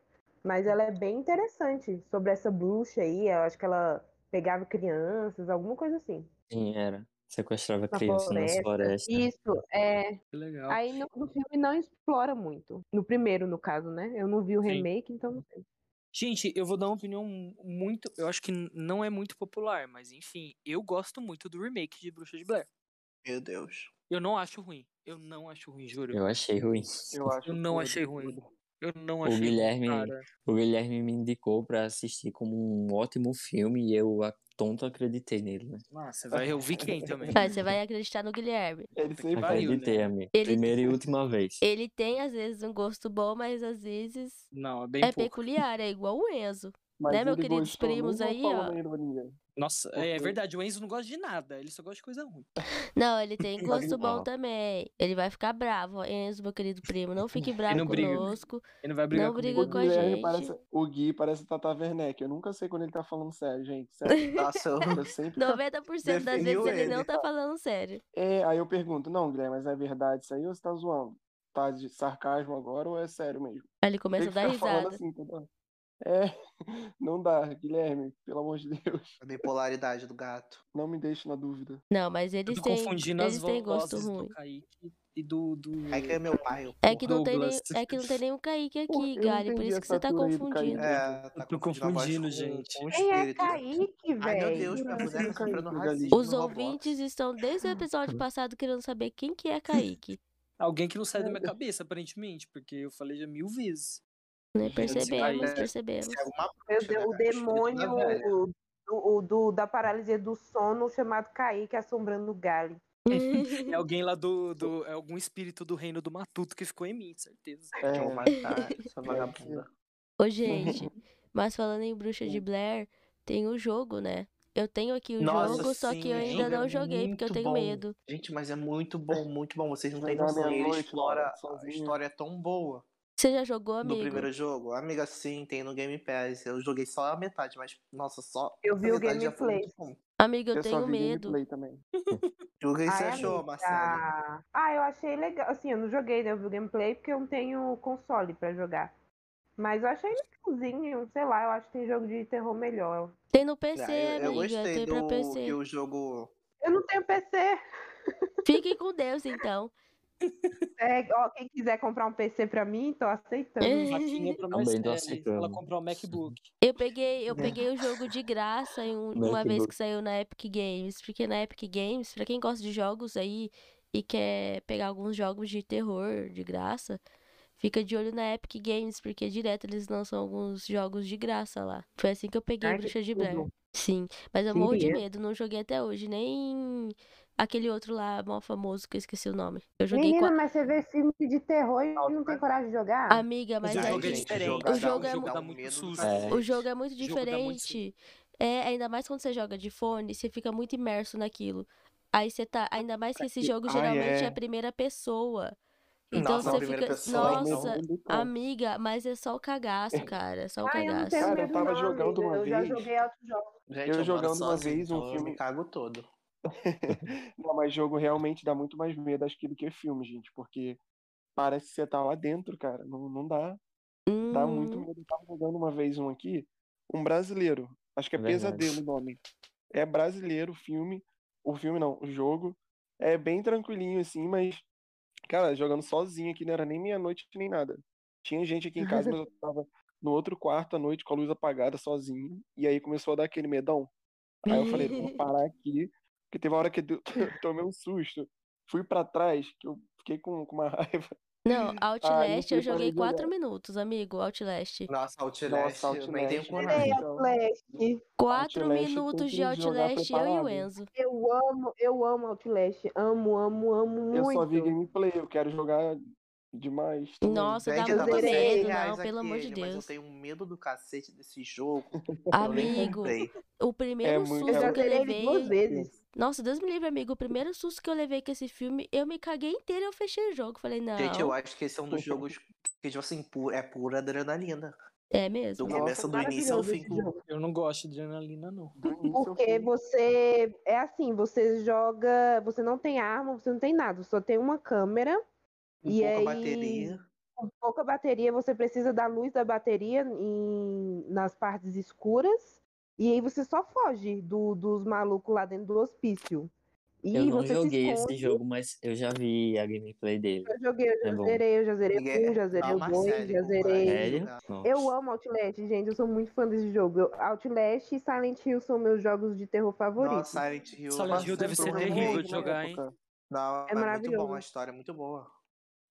Speaker 2: mas ela é bem interessante sobre essa bruxa aí, eu acho que ela pegava crianças, alguma coisa assim.
Speaker 1: Sim, era. Sequestrava
Speaker 2: Na
Speaker 1: criança
Speaker 2: floresta.
Speaker 1: nas florestas.
Speaker 2: Isso, é.
Speaker 5: Que legal.
Speaker 2: Aí no, no filme não explora muito. No primeiro, no caso, né? Eu não vi o
Speaker 5: Sim.
Speaker 2: remake, então não sei.
Speaker 5: Gente, eu vou dar uma opinião muito. Eu acho que n- não é muito popular, mas enfim, eu gosto muito do remake de Bruxa de Blair.
Speaker 6: Meu Deus.
Speaker 5: Eu não acho ruim. Eu não acho ruim, juro.
Speaker 1: Eu achei ruim.
Speaker 3: eu acho.
Speaker 5: Eu não
Speaker 3: tudo,
Speaker 5: achei ruim.
Speaker 3: tudo.
Speaker 5: Eu não
Speaker 1: O
Speaker 5: achei
Speaker 1: Guilherme-
Speaker 5: ruim, cara.
Speaker 1: O Guilherme me indicou pra assistir como um ótimo filme e eu a tonto acreditei nele, né?
Speaker 5: Nossa, vai. Eu vi quem também.
Speaker 4: Vai, você vai acreditar no Guilherme.
Speaker 3: Ele sempre
Speaker 5: pariu, né?
Speaker 1: Acreditei, amigo.
Speaker 4: Ele-
Speaker 1: Primeira e última vez.
Speaker 4: Ele tem, às vezes, um gosto bom, mas às vezes
Speaker 5: Não, é bem
Speaker 4: é
Speaker 5: pouco.
Speaker 4: peculiar, é igual o Enzo.
Speaker 3: Mas
Speaker 4: Né, meu
Speaker 3: ele
Speaker 4: queridos
Speaker 3: gostou
Speaker 4: primos
Speaker 3: mesmo ou
Speaker 4: aí,
Speaker 3: falou
Speaker 4: ó?
Speaker 3: na ironia?
Speaker 5: Nossa, é,
Speaker 3: Porque-
Speaker 5: verdade, o Enzo não gosta de nada. Ele só gosta de coisa ruim.
Speaker 4: Não, ele tem gosto bom
Speaker 1: Original.
Speaker 4: também. Ele vai ficar bravo, ó, Enzo, meu querido primo. Não fique bravo
Speaker 5: não briga.
Speaker 4: conosco.
Speaker 5: Ele não vai brigar
Speaker 4: Não
Speaker 5: comigo.
Speaker 4: briga
Speaker 3: O
Speaker 4: com a
Speaker 3: Guilherme
Speaker 4: gente.
Speaker 3: parece. O Gui parece Tata Werneck. Eu nunca sei quando ele tá falando sério, gente. Sério.
Speaker 6: Nossa, eu...
Speaker 3: Eu sempre.
Speaker 4: 90% das
Speaker 6: Definiu
Speaker 4: vezes ele
Speaker 6: ele.
Speaker 4: não tá falando sério.
Speaker 3: É, aí eu pergunto, não, Guilherme, mas é verdade isso aí ou você tá zoando? Tá de sarcasmo agora ou é sério mesmo?
Speaker 4: Aí ele
Speaker 3: Tem
Speaker 4: começa a
Speaker 3: que
Speaker 4: dar
Speaker 3: ficar falando
Speaker 4: risada.
Speaker 3: assim toda hora. É, não dá, Guilherme, pelo amor de Deus.
Speaker 6: a bipolaridade do gato.
Speaker 3: Não me deixe na dúvida.
Speaker 4: Não, mas
Speaker 5: Eu
Speaker 4: eles
Speaker 5: tô
Speaker 4: têm,
Speaker 5: confundindo as
Speaker 4: eles têm gosto
Speaker 5: vozes
Speaker 4: ruim.
Speaker 5: do Kaique e do. do...
Speaker 6: É que é meu pai. eu-
Speaker 4: É que, não tem nem,
Speaker 5: Douglas.
Speaker 4: é que não tem nenhum Kaique aqui,
Speaker 3: eu não
Speaker 4: Gali. Por
Speaker 3: entendi
Speaker 4: isso que
Speaker 3: essa
Speaker 4: você tá
Speaker 3: teoria do
Speaker 4: confundindo.
Speaker 3: Kaique.
Speaker 6: É, tá
Speaker 5: tô
Speaker 6: a voz
Speaker 5: confundindo,
Speaker 6: com-
Speaker 5: gente.
Speaker 6: com o
Speaker 2: Quem é
Speaker 6: espírito.
Speaker 2: Kaique,
Speaker 6: Ai, meu
Speaker 2: velho?
Speaker 6: Deus, minha
Speaker 3: Não,
Speaker 6: mulher tá
Speaker 3: não,
Speaker 6: sofrendo
Speaker 3: não,
Speaker 6: racismo
Speaker 4: Os
Speaker 6: no Roblox.
Speaker 4: ouvintes estão desde o episódio passado querendo saber quem que é Kaique.
Speaker 5: Alguém que não sai da minha cabeça, aparentemente, porque eu falei já mil vezes.
Speaker 4: Né?
Speaker 5: Kaique
Speaker 4: Percebemos,
Speaker 6: é-
Speaker 4: percebemos.
Speaker 6: Isso é alguma
Speaker 2: Meu
Speaker 6: bruxa,
Speaker 2: Deus,
Speaker 6: né,
Speaker 2: o
Speaker 6: cara? Espírito da
Speaker 2: demônio
Speaker 6: velha.
Speaker 2: o- o- o do- da paralisia do sono chamado Kaique assombrando o Gali.
Speaker 5: É alguém lá do, do. É algum espírito do reino do Matuto que ficou em mim, certeza.
Speaker 6: Deixa
Speaker 3: É,
Speaker 6: eu matar essa vagabunda.
Speaker 4: Ô, gente, mas falando em Bruxa de Blair, tem o jogo, né? Eu tenho aqui o
Speaker 6: Nossa,
Speaker 4: jogo, só que
Speaker 6: sim,
Speaker 4: eu
Speaker 6: o
Speaker 4: ainda
Speaker 6: jogo é
Speaker 4: não joguei, porque eu
Speaker 6: muito
Speaker 4: tenho
Speaker 6: bom.
Speaker 4: medo.
Speaker 6: Gente, mas é muito bom, muito bom. Vocês não têm
Speaker 3: Jogar
Speaker 6: noção. Ele
Speaker 3: meia-noite,
Speaker 6: explora
Speaker 3: mano,
Speaker 6: a
Speaker 3: sozinho.
Speaker 6: história é tão boa
Speaker 4: Você já jogou,
Speaker 6: do
Speaker 4: amigo?
Speaker 6: primeiro jogo. Amiga, sim, tem no Game Pass. Eu joguei só a metade, mas, nossa, só.
Speaker 2: Eu vi
Speaker 6: a
Speaker 2: o
Speaker 6: metade já foi
Speaker 2: gameplay.
Speaker 6: muito bom.
Speaker 4: Amigo, eu,
Speaker 3: Eu só
Speaker 4: tenho
Speaker 3: vi
Speaker 4: medo.
Speaker 3: gameplay é também.
Speaker 6: E o que você
Speaker 2: Ai,
Speaker 6: achou,
Speaker 2: amiga.
Speaker 6: Marcelo?
Speaker 2: Ah, eu achei legal. Assim, eu não joguei, né? Eu vi o gameplay porque eu não tenho console pra jogar. Mas eu achei legalzinho, sei lá, eu acho que tem jogo de terror melhor.
Speaker 4: Tem no PC,
Speaker 6: Ah, eu, eu
Speaker 4: é amiga.
Speaker 6: gostei
Speaker 4: tem pra
Speaker 6: do
Speaker 4: PC.
Speaker 6: que o jogo.
Speaker 2: Eu não tenho PC.
Speaker 4: Fiquem com Deus, então.
Speaker 2: É, ó, quem quiser comprar um PC pra mim, tô aceitando.
Speaker 5: Vaquinha pra
Speaker 1: Também tô
Speaker 5: Marcele, pra ela
Speaker 1: aceitando.
Speaker 5: comprar um MacBook.
Speaker 4: Eu peguei, eu
Speaker 6: Né?
Speaker 4: peguei o jogo de graça em um- uma vez
Speaker 1: Notebook.
Speaker 4: que saiu na Epic Games, porque na Epic Games, pra quem gosta de jogos aí e quer pegar alguns jogos de terror de graça, fica de olho na Epic Games, porque direto eles lançam alguns jogos de graça lá. Foi assim que eu peguei
Speaker 2: Ai, que
Speaker 4: Bruxa de
Speaker 2: tudo.
Speaker 4: Blair. Sim, mas eu morro de
Speaker 2: Queria.
Speaker 4: medo, não joguei até hoje, nem aquele outro lá, mal famoso, que eu esqueci o nome. Eu joguei
Speaker 2: Menina,
Speaker 4: qua-
Speaker 2: mas você vê filme de terror e
Speaker 6: Ah,
Speaker 2: não tem
Speaker 6: mas-
Speaker 2: coragem de jogar?
Speaker 4: Amiga, mas
Speaker 5: o
Speaker 4: aí
Speaker 5: jogo é
Speaker 4: que-
Speaker 6: gente,
Speaker 5: diferente.
Speaker 4: o jogo
Speaker 6: dá
Speaker 4: é
Speaker 6: um-
Speaker 4: mu-
Speaker 5: dá
Speaker 6: dá
Speaker 5: muito
Speaker 6: medo do
Speaker 5: susto.
Speaker 6: cacete.
Speaker 4: O jogo é muito
Speaker 5: O jogo dá muito susto.
Speaker 4: diferente. É, ainda mais quando você joga de fone, você fica muito imerso naquilo. Aí você tá. Ainda mais que esse jogo
Speaker 3: Ah,
Speaker 4: geralmente
Speaker 3: é.
Speaker 4: é a primeira pessoa. Então
Speaker 6: Nossa, a
Speaker 4: você
Speaker 6: primeira
Speaker 4: fica.
Speaker 6: pessoa, então.
Speaker 4: Nossa,
Speaker 3: Não, não.
Speaker 4: amiga, mas é só o cagaço, cara. É só o
Speaker 2: Ah, eu não
Speaker 4: cagaço.
Speaker 2: tenho
Speaker 3: Cara, eu
Speaker 2: medo
Speaker 3: tava
Speaker 2: não, amiga.
Speaker 3: jogando uma
Speaker 2: eu já
Speaker 3: vez.
Speaker 2: joguei outros jogos.
Speaker 6: Gente,
Speaker 3: Eu
Speaker 6: eu,
Speaker 3: jogando
Speaker 6: moro
Speaker 3: uma
Speaker 6: sozinho,
Speaker 3: vez um
Speaker 6: então eu
Speaker 3: filme-
Speaker 6: me cago todo.
Speaker 3: Não, mas jogo realmente dá muito mais medo, acho que, do que filme, gente, porque parece que você tá lá dentro, cara. Não, não dá. Dá muito
Speaker 4: Hum,
Speaker 3: medo. Eu tava jogando uma vez um aqui, um brasileiro. Acho que é
Speaker 1: Verdade.
Speaker 3: Pesadelo o nome. É brasileiro o filme. O filme não, o jogo. É bem tranquilinho, assim, mas, cara, jogando sozinho aqui, não era nem meia-noite nem nada. Tinha gente aqui em casa, mas eu tava no outro quarto à noite com a luz apagada, sozinho. E aí começou a dar aquele medão. Aí eu falei, vou parar aqui, porque teve uma hora que eu tomei um susto. Fui pra trás, que eu fiquei com, com uma raiva.
Speaker 4: Não, Outlast
Speaker 3: fui
Speaker 4: eu
Speaker 3: pra
Speaker 4: joguei
Speaker 3: jogar.
Speaker 4: 4 minutos, amigo. Outlast.
Speaker 6: Nossa, Outlast,
Speaker 3: Nossa,
Speaker 6: eu nem tenho
Speaker 3: Outlast.
Speaker 2: Peraí,
Speaker 6: coragem.
Speaker 3: Então,
Speaker 2: Outlast.
Speaker 4: 4
Speaker 3: Outlast
Speaker 4: minutos
Speaker 3: tem
Speaker 4: de
Speaker 3: que jogar
Speaker 4: Outlast, eu e o
Speaker 3: preparado.
Speaker 4: Enzo.
Speaker 2: Eu amo, eu amo Outlast. Amo, amo, amo
Speaker 3: Eu
Speaker 2: muito.
Speaker 3: só vi gameplay, eu quero jogar demais. também.
Speaker 4: Nossa,
Speaker 6: Gente,
Speaker 4: dá
Speaker 2: muito
Speaker 6: eu tava
Speaker 4: muito
Speaker 6: 100
Speaker 4: medo,
Speaker 6: reais
Speaker 4: não, pelo amor de
Speaker 6: aquele, Mas eu
Speaker 4: Deus.
Speaker 6: tenho medo do cacete desse jogo. Eu nem
Speaker 4: Amigo,
Speaker 6: comprei.
Speaker 4: o primeiro
Speaker 3: muito-
Speaker 4: susto
Speaker 2: Eu já
Speaker 3: é
Speaker 4: que eu
Speaker 2: zerei ele duas
Speaker 4: levei.
Speaker 2: vezes.
Speaker 4: Nossa, Deus me livre, amigo. O primeiro susto que eu levei com esse filme, eu me caguei inteira e eu fechei o jogo. Falei, não,
Speaker 6: Gente, eu acho que esse é um dos jogos que, tipo assim, pu- é pura adrenalina.
Speaker 4: é
Speaker 6: Do
Speaker 4: mesmo.
Speaker 2: Nossa,
Speaker 6: começo, do início ao
Speaker 2: maravilhoso
Speaker 6: fim.
Speaker 2: esse jogo.
Speaker 5: Eu não gosto de adrenalina, não.
Speaker 3: Do início ao
Speaker 2: Porque
Speaker 3: fim.
Speaker 2: você é assim, você joga, você não tem arma, você não tem nada, só tem uma câmera
Speaker 6: Com
Speaker 2: E
Speaker 6: pouca
Speaker 2: aí-
Speaker 6: bateria.
Speaker 2: com pouca bateria, você precisa da luz da bateria em- nas partes escuras, e aí você só foge do- dos malucos lá dentro do hospício. E
Speaker 1: Eu não
Speaker 2: você
Speaker 1: joguei
Speaker 2: se
Speaker 1: esse
Speaker 2: esconde.
Speaker 1: jogo, mas eu já vi a gameplay dele.
Speaker 2: Eu joguei, eu já
Speaker 1: É bom.
Speaker 2: zerei, eu já zerei
Speaker 6: Ninguém-
Speaker 2: o um, já zerei
Speaker 6: Não,
Speaker 2: o dois,
Speaker 6: Marcele,
Speaker 2: já
Speaker 6: com coragem.
Speaker 2: zerei.
Speaker 1: Sério?
Speaker 6: jogar.
Speaker 1: Nossa.
Speaker 2: Eu amo Outlast, gente, eu sou muito fã desse jogo. Eu- Outlast e Silent Hill são meus jogos de terror favoritos.
Speaker 6: Nossa, Silent Hill.
Speaker 5: Silent Hill
Speaker 6: eu um
Speaker 5: deve ser
Speaker 6: joguei
Speaker 5: terrível tipo.
Speaker 6: muito.
Speaker 5: de jogar, hein?
Speaker 6: Não,
Speaker 2: É
Speaker 6: é muito bom,
Speaker 2: maravilhoso.
Speaker 6: a história é muito boa.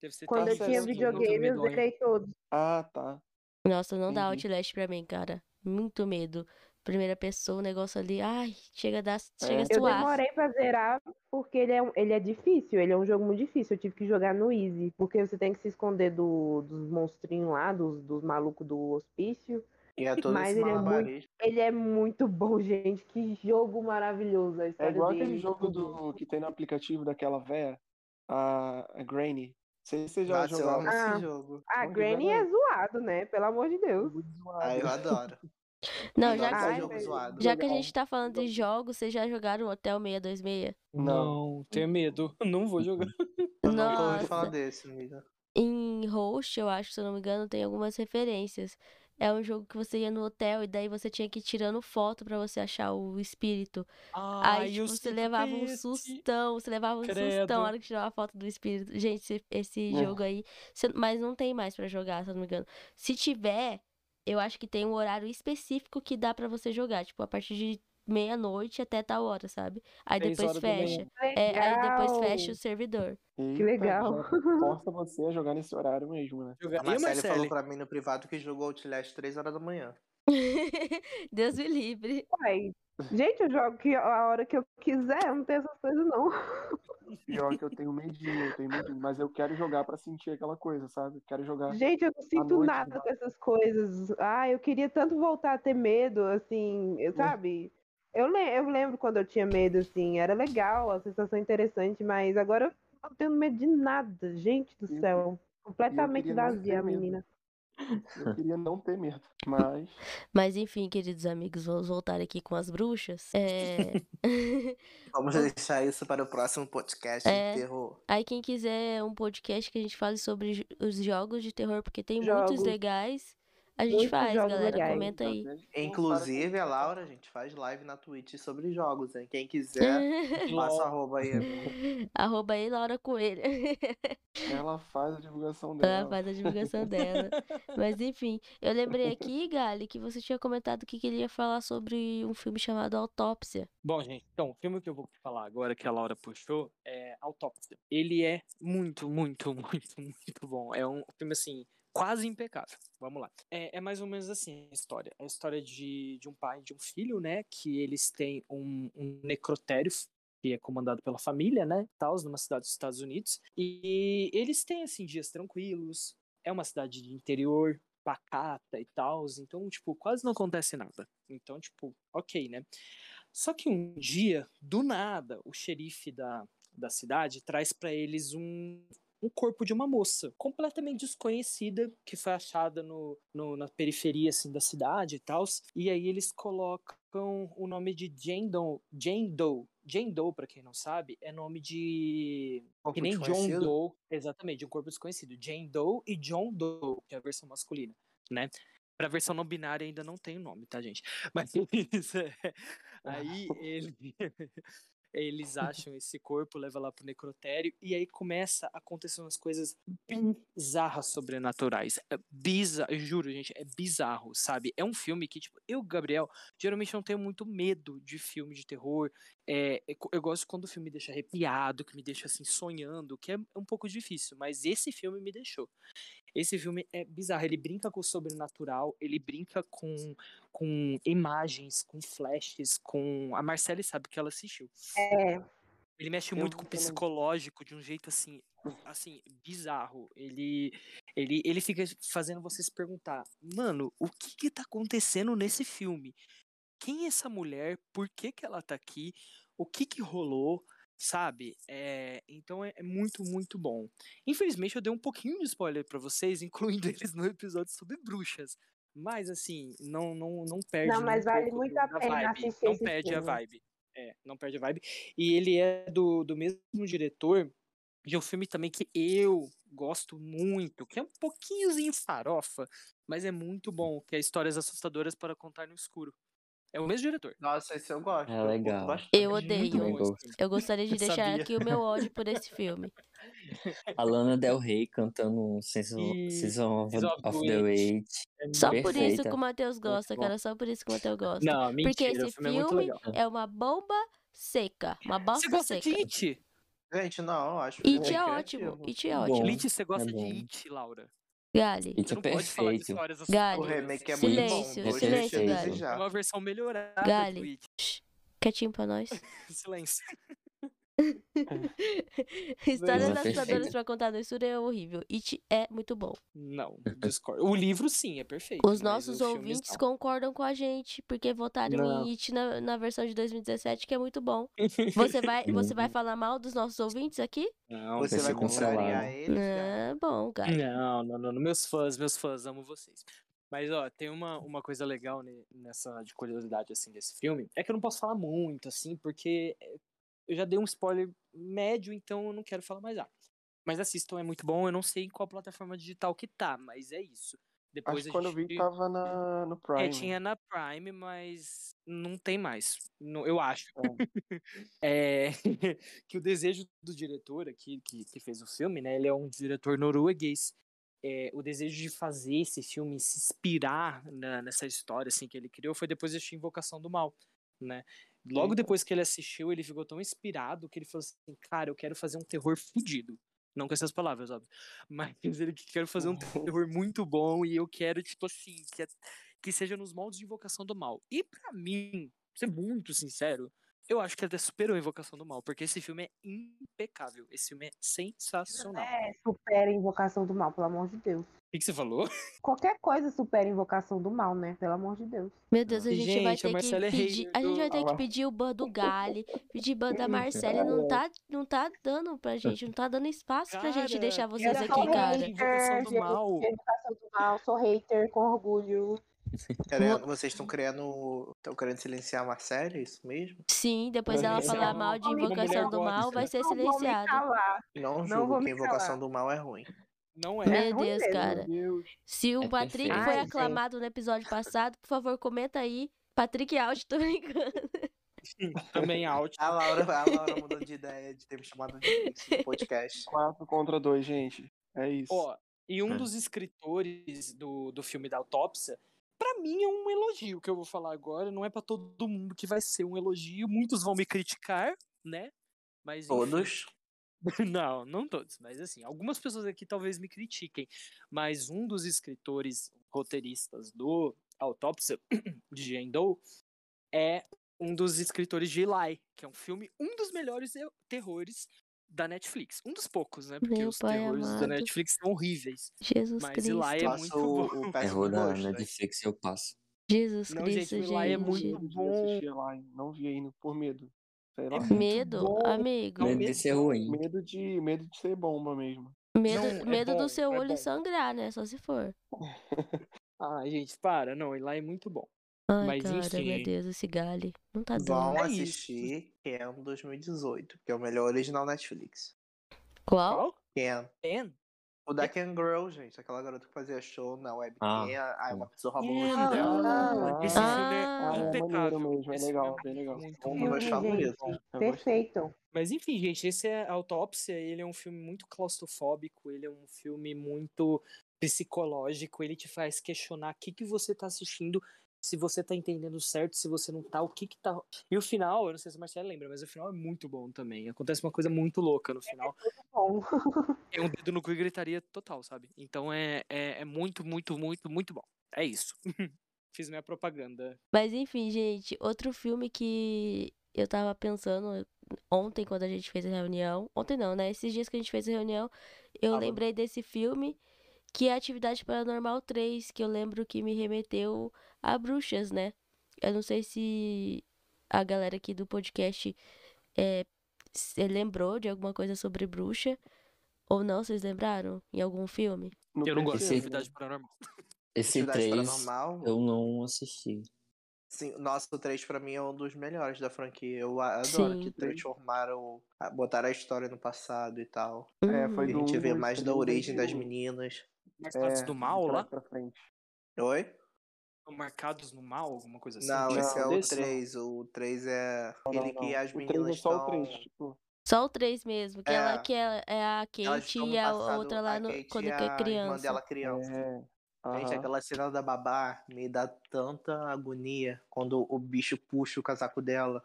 Speaker 5: Deve ser
Speaker 2: Quando eu
Speaker 3: Nossa,
Speaker 5: terrível.
Speaker 2: tinha
Speaker 3: esse
Speaker 5: assim, muito
Speaker 2: videogame, eu
Speaker 5: medonho.
Speaker 2: zerei todos.
Speaker 3: Ah, tá.
Speaker 4: Nossa, não
Speaker 6: Uhum.
Speaker 4: dá
Speaker 3: Entendi.
Speaker 4: Outlast pra mim, cara. Muito medo. Primeira pessoa, o negócio ali. Ai, chega a, dar, chega a
Speaker 3: É.
Speaker 2: Eu
Speaker 4: suar.
Speaker 2: demorei pra zerar porque ele é, um- ele é difícil, ele é um jogo muito difícil. Eu tive que jogar no Easy, porque você tem que se esconder do- dos monstrinhos lá, dos, dos malucos do hospício.
Speaker 6: E é todo
Speaker 2: Mas
Speaker 6: esse
Speaker 2: ele é muito-
Speaker 6: malabarismo.
Speaker 2: Ele é muito bom, gente. Que jogo maravilhoso a
Speaker 3: É
Speaker 2: história
Speaker 3: igual
Speaker 2: dele. né?
Speaker 3: aquele jogo do, que tem no aplicativo daquela véia, a, a Granny. Não sei se você já assim,
Speaker 6: Nossa, eu amo
Speaker 3: jogaram.
Speaker 2: Ah.
Speaker 6: esse jogo.
Speaker 2: A
Speaker 3: Bom de
Speaker 2: Granny é
Speaker 3: verdade.
Speaker 2: zoado, né? Pelo amor de Deus.
Speaker 3: Muito zoado.
Speaker 6: Ah, eu adoro.
Speaker 4: Não,
Speaker 6: adoro
Speaker 4: já,
Speaker 6: esse
Speaker 2: Ai,
Speaker 6: jogo
Speaker 2: velho.
Speaker 6: zoado.
Speaker 4: já que a
Speaker 3: Legal.
Speaker 4: gente tá falando de jogos, vocês já jogaram Hotel 626?
Speaker 3: Não.
Speaker 5: Não, tenho medo. Não vou jogar.
Speaker 6: Eu nunca ouvi
Speaker 4: Nossa.
Speaker 6: falar desse, amiga.
Speaker 4: Em Host, eu acho, se eu não me engano, tem algumas referências. É um jogo que você ia no hotel e daí você tinha que ir tirando foto pra você achar o espírito.
Speaker 5: Ah,
Speaker 4: Aí, tipo,
Speaker 5: eu
Speaker 4: você
Speaker 5: sinto
Speaker 4: levava um
Speaker 5: esse.
Speaker 4: sustão, você levava um
Speaker 5: Credo. Hum.
Speaker 4: sustão na hora que tirava a foto do espírito. Gente, esse, esse
Speaker 3: Nossa.
Speaker 4: jogo aí. você- mas não tem mais pra jogar, se eu não me engano. Se tiver, eu acho que tem um horário específico que dá pra você jogar. Tipo, a partir de meia-noite até tal hora, sabe? Aí
Speaker 5: Três
Speaker 4: depois
Speaker 5: horas da manhã.
Speaker 4: fecha. É, aí depois fecha o servidor.
Speaker 3: Eita,
Speaker 2: legal.
Speaker 3: já Força você a jogar nesse horário mesmo, né?
Speaker 5: Jogaria,
Speaker 6: A Marcele
Speaker 5: Marcele?
Speaker 6: falou pra mim no privado que jogou Outlast 3 horas da manhã.
Speaker 4: Deus me livre.
Speaker 2: Uai, Gente, eu jogo que a hora que eu quiser, eu não tem essas coisas, não.
Speaker 3: Pior que eu tenho medinho, eu tenho medinho, mas eu quero jogar pra sentir aquela coisa, sabe? Quero jogar.
Speaker 2: Gente, eu não sinto
Speaker 3: noite,
Speaker 2: nada
Speaker 3: né?
Speaker 2: com essas coisas. Ah, eu queria tanto voltar a ter medo, assim,
Speaker 3: Uhum.
Speaker 2: eu- sabe? Eu, le- eu lembro quando eu tinha medo, assim, era legal, a sensação interessante, mas agora eu não tenho medo de nada, gente do
Speaker 3: Uhum. Eu-
Speaker 2: céu. Completamente
Speaker 3: queria não ter
Speaker 2: vazia, a
Speaker 3: medo.
Speaker 2: menina.
Speaker 3: Eu queria não ter medo, mas
Speaker 4: Mas enfim, queridos amigos, vamos voltar aqui com as bruxas. É.
Speaker 6: Vamos deixar isso para o próximo podcast
Speaker 4: Então É.
Speaker 6: de terror.
Speaker 4: Aí quem quiser um podcast que a gente fale sobre jo- os jogos de terror, porque tem muitos
Speaker 2: Jogos.
Speaker 4: legais, a gente
Speaker 2: Muitos
Speaker 4: faz,
Speaker 2: jogos
Speaker 4: galera.
Speaker 3: é
Speaker 2: legais.
Speaker 4: Comenta aí.
Speaker 6: Inclusive, a Laura, a gente faz live na Twitch sobre jogos, hein? Quem
Speaker 2: então,
Speaker 6: quiser,
Speaker 2: né?
Speaker 4: É.
Speaker 6: passa o arroba aí, É um amigo.
Speaker 4: Arroba aí Laura Coelho.
Speaker 3: ela faz a divulgação
Speaker 4: Ela
Speaker 3: dela.
Speaker 4: faz a divulgação dela. Mas enfim, eu lembrei aqui, Gali, que você tinha comentado que queria falar sobre um filme chamado Autópsia.
Speaker 5: Bom, gente, então, o filme que eu vou falar agora, que a Laura puxou, é Autópsia. Ele é muito, muito, muito, muito bom. É um filme, assim, quase impecável. Vamos lá. É, é mais ou menos assim a história. É a história de, de um pai e de um filho, né? Que eles têm um, um necrotério que é comandado pela família, né? Tals, numa cidade dos Estados Unidos. E eles têm, assim, dias tranquilos. É uma cidade de interior, pacata e tal. Então, tipo, quase não acontece nada. Então, tipo, ok, né? Só que um dia, do nada, o xerife da, da cidade traz para eles um, um corpo de uma moça completamente desconhecida que foi achada no, no- na periferia assim, da cidade e tal. E aí eles colocam o nome de Jane Doe. Jane Doe, Jane Doe para quem não sabe, é nome de
Speaker 6: Corpo
Speaker 5: que nem John
Speaker 6: desconhecido.
Speaker 5: Doe, exatamente, de um corpo desconhecido. Jane Doe e John Doe, que é a versão masculina, né? Pra versão não binária ainda não tem o nome, tá, gente? Mas é, aí ele- eles acham esse corpo, levam lá pro necrotério e aí começa a acontecer umas coisas bizarras sobrenaturais. É bizar- eu juro, gente, é bizarro, sabe? É um filme que, tipo, eu, Gabriel, geralmente não tenho muito medo de filme de terror, é, eu co- eu gosto quando o filme me deixa arrepiado, que me deixa assim sonhando, que é um pouco difícil, mas esse filme me deixou. Esse filme é bizarro, ele brinca com o sobrenatural, ele brinca com, com imagens, com flashes, com. A Marcele sabe que ela assistiu.
Speaker 2: É,
Speaker 5: Ele mexe
Speaker 3: Eu
Speaker 5: muito
Speaker 3: vi
Speaker 5: com o
Speaker 3: também.
Speaker 5: psicológico de um jeito assim, assim, bizarro. Ele, ele, ele fica fazendo você se perguntar, mano, o que que tá acontecendo nesse filme? Quem é essa mulher? Por que que ela tá aqui? O que que rolou? Sabe? É, então é, é muito, muito bom. Infelizmente eu dei um pouquinho de spoiler pra vocês, incluindo eles no episódio sobre bruxas. Mas assim, não, não, não perde.
Speaker 2: Não,
Speaker 5: nem
Speaker 2: mas
Speaker 5: um
Speaker 2: vale
Speaker 5: pouco
Speaker 2: muito
Speaker 5: do-
Speaker 2: a
Speaker 5: da
Speaker 2: pena
Speaker 5: vibe.
Speaker 2: assistir
Speaker 5: Não
Speaker 2: esse
Speaker 5: perde a
Speaker 2: filme.
Speaker 5: vibe. É, não perde a vibe. E ele é do, do mesmo diretor de um filme também que eu gosto muito, que é um pouquinhozinho farofa, mas é muito bom, que é Histórias Assustadoras para Contar no Escuro. É o mesmo diretor.
Speaker 6: Nossa, esse eu gosto.
Speaker 1: É
Speaker 6: eu curto
Speaker 1: legal.
Speaker 6: bastante.
Speaker 4: Eu
Speaker 5: Muito
Speaker 4: odeio.
Speaker 5: bom esse filme.
Speaker 4: Eu gostaria de
Speaker 5: Eu
Speaker 4: deixar
Speaker 5: sabia.
Speaker 4: aqui o meu ódio por esse filme.
Speaker 1: A Lana Del Rey cantando um Season,
Speaker 5: E-
Speaker 1: Season of,
Speaker 5: Season of
Speaker 1: of
Speaker 5: the
Speaker 1: the
Speaker 5: Witch.
Speaker 1: Wait.
Speaker 5: É
Speaker 4: Só
Speaker 5: muito-
Speaker 4: por isso que
Speaker 1: Perfeita.
Speaker 4: o Matheus gosta,
Speaker 1: bom.
Speaker 4: cara. Só por isso que o Matheus gosta.
Speaker 5: Não,
Speaker 4: Porque
Speaker 5: mentira,
Speaker 4: esse
Speaker 5: o filme é muito
Speaker 4: filme
Speaker 5: legal.
Speaker 4: é uma bomba seca. Uma
Speaker 5: Você
Speaker 4: bosta
Speaker 5: gosta
Speaker 4: seca.
Speaker 5: de It?
Speaker 6: Gente, não, eu acho.
Speaker 4: It
Speaker 6: bem
Speaker 4: é ótimo.
Speaker 6: criativo.
Speaker 4: It é
Speaker 1: Bom.
Speaker 4: ótimo.
Speaker 5: It, você gosta de
Speaker 1: bom.
Speaker 5: It, Laura.
Speaker 4: Gali.
Speaker 1: It
Speaker 5: Você
Speaker 1: é
Speaker 5: não pode falar de
Speaker 1: perfeito.
Speaker 5: histórias
Speaker 4: Gali.
Speaker 6: O
Speaker 5: assustadoras.
Speaker 6: remake é muito
Speaker 4: Silêncio,
Speaker 6: bom. Hoje
Speaker 1: silêncio,
Speaker 6: deixa a
Speaker 1: Dani.
Speaker 4: já.
Speaker 5: É uma
Speaker 6: desejar.
Speaker 5: versão melhorada
Speaker 4: Gali.
Speaker 5: do It.
Speaker 4: Shh, Quietinho pra nós.
Speaker 5: Silêncio.
Speaker 4: Histórias
Speaker 1: Coisa
Speaker 4: assustadoras
Speaker 1: perfeita.
Speaker 4: pra contar no escuro é horrível. It é muito bom.
Speaker 5: Não, discordo. O livro, sim, é perfeito.
Speaker 4: Os
Speaker 5: mas
Speaker 4: nossos
Speaker 5: filmes,
Speaker 4: ouvintes
Speaker 5: não.
Speaker 4: concordam com a gente, porque votaram
Speaker 5: Não.
Speaker 4: em It na, na versão de 2017, que é muito bom. Você vai, você vai falar mal dos nossos ouvintes aqui?
Speaker 5: Não,
Speaker 6: Você
Speaker 1: pensei
Speaker 6: vai
Speaker 1: que não falava.
Speaker 6: contrariar ele, cara.
Speaker 4: Ah, bom, Gali.
Speaker 5: Não, não, não, não. Meus fãs, meus fãs, amo vocês. Mas, ó, tem uma, uma coisa legal ne- nessa de curiosidade, assim, desse filme. É que eu não posso falar muito, assim, porque é, eu já dei um spoiler médio, então eu não quero falar mais nada. Mas assistam, é muito bom. Eu não sei em qual plataforma digital que tá, mas é isso. Depois
Speaker 3: Acho
Speaker 5: a
Speaker 3: que quando eu
Speaker 5: gente...
Speaker 3: vi tava na, no Prime.
Speaker 5: É, tinha na Prime, mas não tem mais. não- eu acho. É, que o desejo do diretor aqui, que, que fez o filme, né? Ele é um diretor norueguês. É, o desejo de fazer esse filme, se inspirar na- nessa história assim, que ele criou, foi depois de assistir Invocação do Mal, né? Logo
Speaker 3: Eita.
Speaker 5: depois que ele assistiu, ele ficou tão inspirado que ele falou assim, cara, eu quero fazer um terror fudido. Não com essas palavras, óbvio. Mas ele que quero fazer um terror muito bom e eu quero, tipo assim, que a que seja nos moldes de Invocação do Mal. E pra mim, pra ser muito sincero, eu acho que é até superou Invocação do Mal, porque esse filme é impecável. Esse filme é sensacional.
Speaker 2: É, supera a invocação do mal, pelo amor de Deus.
Speaker 5: O que, que você falou?
Speaker 2: Qualquer coisa supera a invocação do mal, né? Pelo amor de Deus.
Speaker 4: Meu Deus, a
Speaker 5: E,
Speaker 4: gente, vai
Speaker 5: gente, a
Speaker 4: ter que
Speaker 5: Marcela é
Speaker 4: pedir.
Speaker 5: hater
Speaker 4: A gente
Speaker 5: do-
Speaker 4: vai ter que
Speaker 3: Olá.
Speaker 4: pedir o ban do Gale, pedir ban da Marcela. e Não tá, não tá dando pra gente, não tá dando espaço pra gente
Speaker 5: Cara,
Speaker 4: deixar vocês
Speaker 5: era
Speaker 4: aqui,
Speaker 5: falando
Speaker 4: cara.
Speaker 5: de Invocação do
Speaker 2: gente,
Speaker 5: Mal.
Speaker 2: Invocação do mal, sou hater com orgulho.
Speaker 6: Querendo- vocês estão criando. Estão querendo silenciar a Marcela, é isso mesmo?
Speaker 4: Sim, depois
Speaker 3: Era
Speaker 4: ela
Speaker 3: falando
Speaker 4: falar
Speaker 5: de
Speaker 4: mal de
Speaker 5: uma mulher
Speaker 4: invocação do
Speaker 5: gótica.
Speaker 4: mal, vai ser então.
Speaker 2: Não vou me
Speaker 4: silenciado.
Speaker 2: calar.
Speaker 6: Não
Speaker 2: vou
Speaker 6: julgo
Speaker 2: me
Speaker 6: que a invocação
Speaker 2: calar.
Speaker 6: do mal é ruim.
Speaker 5: Não é.
Speaker 4: Meu
Speaker 2: ruim
Speaker 4: Deus,
Speaker 2: mesmo.
Speaker 4: cara. Se o
Speaker 1: É
Speaker 4: Patrick
Speaker 1: perfeito.
Speaker 4: foi
Speaker 2: Ai,
Speaker 4: aclamado no episódio passado, por favor, comenta aí. Patrick Alt, tô brincando.
Speaker 5: Também out.
Speaker 6: A Laura, a Laura mudou de ideia de ter me chamado de isso no podcast.
Speaker 3: 4 contra 2, gente. É isso.
Speaker 5: Ó, e um
Speaker 1: É.
Speaker 5: dos escritores do, do filme da autópsia, pra mim é um elogio que eu vou falar agora. Não é pra todo mundo que vai ser um elogio. Muitos vão me criticar, né? Mas enfim.
Speaker 6: Todos.
Speaker 5: Não, não todos, mas assim, algumas pessoas aqui talvez me critiquem, mas um dos escritores roteiristas do Autópsia de Jane Doe é um dos escritores de Eli, que é um filme, um dos melhores eu- terrores da Netflix. Um dos poucos, né? Porque
Speaker 4: Meu
Speaker 5: os
Speaker 4: pai
Speaker 5: terrores da
Speaker 4: amado.
Speaker 5: Netflix são horríveis.
Speaker 4: Jesus
Speaker 5: Mas
Speaker 4: Cristo.
Speaker 5: Eli é muito
Speaker 6: Faço
Speaker 5: bom.
Speaker 6: o, o péssimo
Speaker 1: Errou da
Speaker 6: gosto. né?
Speaker 1: Netflix eu passo.
Speaker 4: Jesus
Speaker 5: é Não, gente,
Speaker 4: Cristo,
Speaker 5: o Eli é muito
Speaker 4: gente.
Speaker 5: bom.
Speaker 3: Assisti lá, hein? não vi ainda, por medo. Sei lá.
Speaker 5: É muito
Speaker 4: Medo,
Speaker 5: bom.
Speaker 4: amigo.
Speaker 5: Não, é
Speaker 1: Medo de
Speaker 5: mesmo
Speaker 1: ser
Speaker 5: não,
Speaker 1: ruim.
Speaker 3: Medo de, medo de ser bomba mesmo.
Speaker 4: Medo,
Speaker 5: Não, é
Speaker 4: medo
Speaker 5: bom,
Speaker 4: do seu
Speaker 5: é
Speaker 4: olho
Speaker 5: bom.
Speaker 4: sangrar, né? Só se for.
Speaker 5: Ah, gente, para, não, Eli é muito bom.
Speaker 4: Ai,
Speaker 5: Mas,
Speaker 4: cara, meu
Speaker 5: enfim.
Speaker 4: Deus, esse gale. Não tá
Speaker 6: Vão
Speaker 4: dando.
Speaker 5: É isso.
Speaker 6: assistir Ken 2018, que é o melhor original Netflix.
Speaker 4: Qual?
Speaker 6: Ken.
Speaker 5: Ben?
Speaker 6: O da Ken Girl, gente. Aquela garota que fazia show na webcam. Ah, é uma pessoa roubou o rosto
Speaker 5: Yeah,
Speaker 6: dela.
Speaker 5: ah,
Speaker 3: Ah,
Speaker 5: esse filme é
Speaker 4: ah,
Speaker 3: Ah, é
Speaker 5: impecável.
Speaker 3: maneiro mesmo, é
Speaker 5: Esse
Speaker 3: legal,
Speaker 5: filme
Speaker 3: bem legal.
Speaker 5: muito
Speaker 6: um
Speaker 3: Bom,
Speaker 5: bom.
Speaker 3: eu gostava
Speaker 2: Gente,
Speaker 3: mesmo. Eu gostava.
Speaker 2: Perfeito.
Speaker 5: Mas enfim, gente, esse é Autópsia, ele é um filme muito claustrofóbico, ele é um filme muito psicológico, ele te faz questionar o que, que você tá assistindo, se você tá entendendo certo, se você não tá, o que que tá... E o final, eu não sei se a Marcela lembra, mas o final é muito bom também, acontece uma coisa muito louca no final.
Speaker 2: Tá Bom,
Speaker 5: É um dedo no cu e gritaria total, sabe? Então é, é, é muito, muito, muito, muito bom. É isso. Fiz minha propaganda.
Speaker 4: Mas enfim, gente, outro filme que eu tava pensando ontem quando a gente fez a reunião. Ontem não, né? Esses dias que a gente fez a reunião, eu
Speaker 5: Sábado.
Speaker 4: lembrei desse filme, que é Atividade Paranormal 3, que eu lembro que me remeteu a bruxas, né? Eu não sei se a galera aqui do podcast é, se lembrou de alguma coisa sobre bruxa. Ou não, vocês lembraram? Em algum filme?
Speaker 3: No
Speaker 5: Eu não gosto de
Speaker 1: Esse-
Speaker 3: perfil,
Speaker 5: atividade paranormal.
Speaker 1: Esse
Speaker 6: Atividade
Speaker 1: 3
Speaker 6: Paranormal.
Speaker 1: eu não assisti.
Speaker 6: Sim, nossa, o 3 pra mim é um dos melhores da franquia. Eu a- adoro
Speaker 4: Sim.
Speaker 6: que transformaram, a- botaram a história no passado e tal.
Speaker 3: É,
Speaker 4: Hum.
Speaker 3: foi
Speaker 6: E a
Speaker 3: do
Speaker 6: gente
Speaker 3: um,
Speaker 6: vê
Speaker 3: dois,
Speaker 6: mais da
Speaker 3: três,
Speaker 6: origem das
Speaker 3: do-
Speaker 6: meninas.
Speaker 5: Marcados
Speaker 3: é,
Speaker 5: do mal
Speaker 3: de
Speaker 5: lá?
Speaker 3: trás pra frente.
Speaker 6: Oi?
Speaker 5: Marcados no mal, alguma coisa assim?
Speaker 6: Não,
Speaker 3: Não,
Speaker 6: esse é o
Speaker 3: desse não.
Speaker 6: 3. O 3 é aquele
Speaker 3: Não,
Speaker 6: que
Speaker 3: não.
Speaker 6: as
Speaker 3: O três é
Speaker 6: meninas
Speaker 3: só o
Speaker 5: tá
Speaker 6: estão.
Speaker 3: três, tipo,
Speaker 4: Só o 3 mesmo, que ela
Speaker 6: É.
Speaker 4: que é, é a
Speaker 6: Elas
Speaker 4: Kate
Speaker 6: estão
Speaker 4: e
Speaker 6: no
Speaker 4: a
Speaker 6: passado,
Speaker 4: outra lá
Speaker 6: a
Speaker 4: no,
Speaker 6: Kate
Speaker 4: quando
Speaker 6: e
Speaker 4: que é
Speaker 6: a irmã
Speaker 4: criança.
Speaker 6: dela criança.
Speaker 3: é,
Speaker 6: Gente,
Speaker 3: aham.
Speaker 6: aquela cena da babá me dá tanta agonia quando o bicho puxa o casaco dela.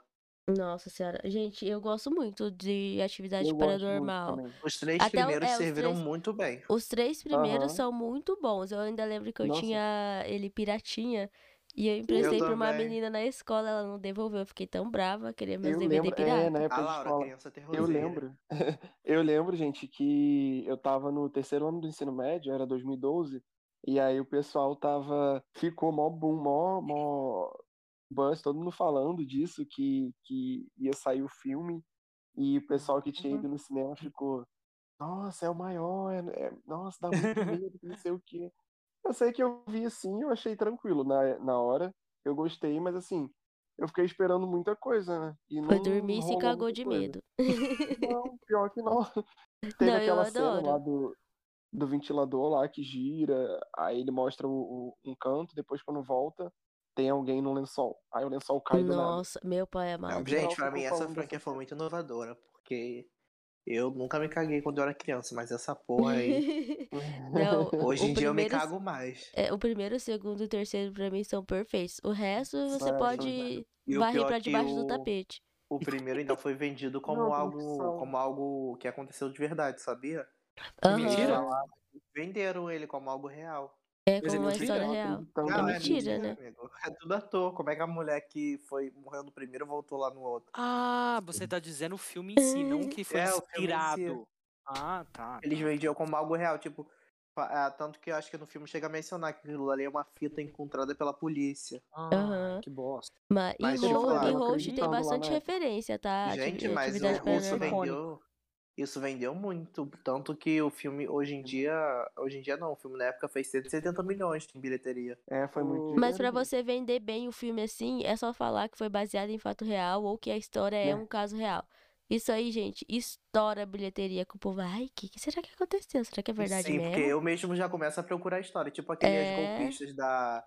Speaker 4: Nossa senhora. Gente, eu gosto muito de atividade
Speaker 3: Eu gosto muito
Speaker 4: paranormal.
Speaker 3: também.
Speaker 6: Os três
Speaker 4: Até o-
Speaker 6: primeiros
Speaker 4: é, os
Speaker 6: serviram
Speaker 4: três-
Speaker 6: muito bem.
Speaker 4: Os três primeiros
Speaker 3: Aham.
Speaker 4: são muito bons. Eu ainda lembro que eu
Speaker 3: Nossa.
Speaker 4: tinha ele piratinha. E eu emprestei pra uma
Speaker 6: também.
Speaker 4: menina na escola, ela não devolveu. Eu fiquei tão brava, queria meus
Speaker 3: Eu
Speaker 4: DVD
Speaker 3: lembro, é,
Speaker 4: pirata.
Speaker 3: na
Speaker 5: Ah,
Speaker 3: época
Speaker 6: A
Speaker 3: de
Speaker 6: Laura,
Speaker 3: escola.
Speaker 6: criança
Speaker 3: Eu
Speaker 6: terrorzeira.
Speaker 3: lembro. Eu lembro, gente, que eu tava no terceiro ano do ensino médio, era 2012, e aí o pessoal tava. Ficou mó boom, mó, mó buzz, todo mundo falando disso, que, que ia sair o filme, e o pessoal que
Speaker 4: Uhum.
Speaker 3: tinha ido no cinema ficou. Nossa, é o maior, é- é- nossa, dá muito medo, que não sei o quê. Eu sei que eu vi assim, eu achei tranquilo na, na hora, eu gostei, mas assim, eu fiquei esperando muita coisa, né? E
Speaker 4: Foi
Speaker 3: não
Speaker 4: dormir e se
Speaker 3: rolou
Speaker 4: cagou
Speaker 3: muita
Speaker 4: de
Speaker 3: coisa.
Speaker 4: medo.
Speaker 3: Não, pior que não. Teve
Speaker 4: Não, eu
Speaker 3: aquela cena
Speaker 4: adoro.
Speaker 3: lá do. do ventilador lá que gira, aí ele mostra o, o- um canto, depois quando volta, tem alguém no lençol. Aí o lençol cai do nada.
Speaker 4: Nossa, meu pai é amado.
Speaker 6: Não, gente, pra
Speaker 3: ficou
Speaker 6: mim essa
Speaker 3: falando
Speaker 6: franquia
Speaker 3: dessa
Speaker 6: foi muito inovadora, porque eu nunca me caguei quando eu era criança, mas essa porra aí.
Speaker 4: Não,
Speaker 6: Hoje
Speaker 4: o
Speaker 6: em dia eu me
Speaker 4: primeiro-
Speaker 6: cago mais.
Speaker 4: É, o primeiro, o segundo e o terceiro pra mim são perfeitos. O resto você
Speaker 3: Sério,
Speaker 4: pode
Speaker 6: E o
Speaker 4: varrer
Speaker 6: pior
Speaker 4: pra
Speaker 6: que
Speaker 4: debaixo do
Speaker 6: o-
Speaker 4: tapete.
Speaker 6: O primeiro ainda foi vendido como
Speaker 2: Não,
Speaker 6: algo,
Speaker 2: produção.
Speaker 6: como algo que aconteceu de verdade, sabia?
Speaker 4: Aham,
Speaker 5: Mentira?
Speaker 6: Venderam ele como algo real.
Speaker 4: É
Speaker 5: Mas é
Speaker 4: como uma
Speaker 5: mentira?
Speaker 4: história
Speaker 5: Não,
Speaker 4: real.
Speaker 3: Então,
Speaker 4: É
Speaker 6: Não,
Speaker 4: mentira, né?
Speaker 6: amigo. É tudo ator. Como é que a mulher que foi morreu no primeiro voltou lá no outro?
Speaker 5: Ah, você tá dizendo o filme em si, não que foi
Speaker 6: É, o filme em si.
Speaker 5: inspirado. Ah, tá.
Speaker 6: Eles vendiam como algo real, tipo. fa- ah, Tanto que eu acho que no filme chega a mencionar que aquilo ali é uma fita encontrada pela polícia.
Speaker 5: Ah,
Speaker 4: Aham.
Speaker 5: Que bosta.
Speaker 4: Mas,
Speaker 6: Mas,
Speaker 4: em,
Speaker 6: tipo,
Speaker 4: Ho-
Speaker 6: ah,
Speaker 4: em
Speaker 6: eu
Speaker 4: Host tem
Speaker 3: acreditava lá
Speaker 4: bastante
Speaker 3: na época.
Speaker 4: referência, tá? Ati-
Speaker 6: né? Gente, mas o
Speaker 4: atividade
Speaker 6: russo
Speaker 4: paranormal. né?
Speaker 5: Icônico.
Speaker 6: vendeu. Isso vendeu muito. Tanto que o filme hoje em dia. Hoje em dia não, o filme na época fez 170 milhões em bilheteria.
Speaker 3: é, foi muito.
Speaker 4: Mas pra
Speaker 3: dinheiro, gente.
Speaker 4: você vender bem o filme assim, é só falar que foi baseado em fato real ou que a história
Speaker 3: Né?
Speaker 4: é um caso real. Isso aí, gente, estoura a bilheteria com o povo. Ai, o que, que será que aconteceu? Será que é verdade
Speaker 6: Sim,
Speaker 4: mesmo?
Speaker 6: porque eu mesmo já começo a procurar a história. Tipo aqueles
Speaker 4: É.
Speaker 6: golpistas da,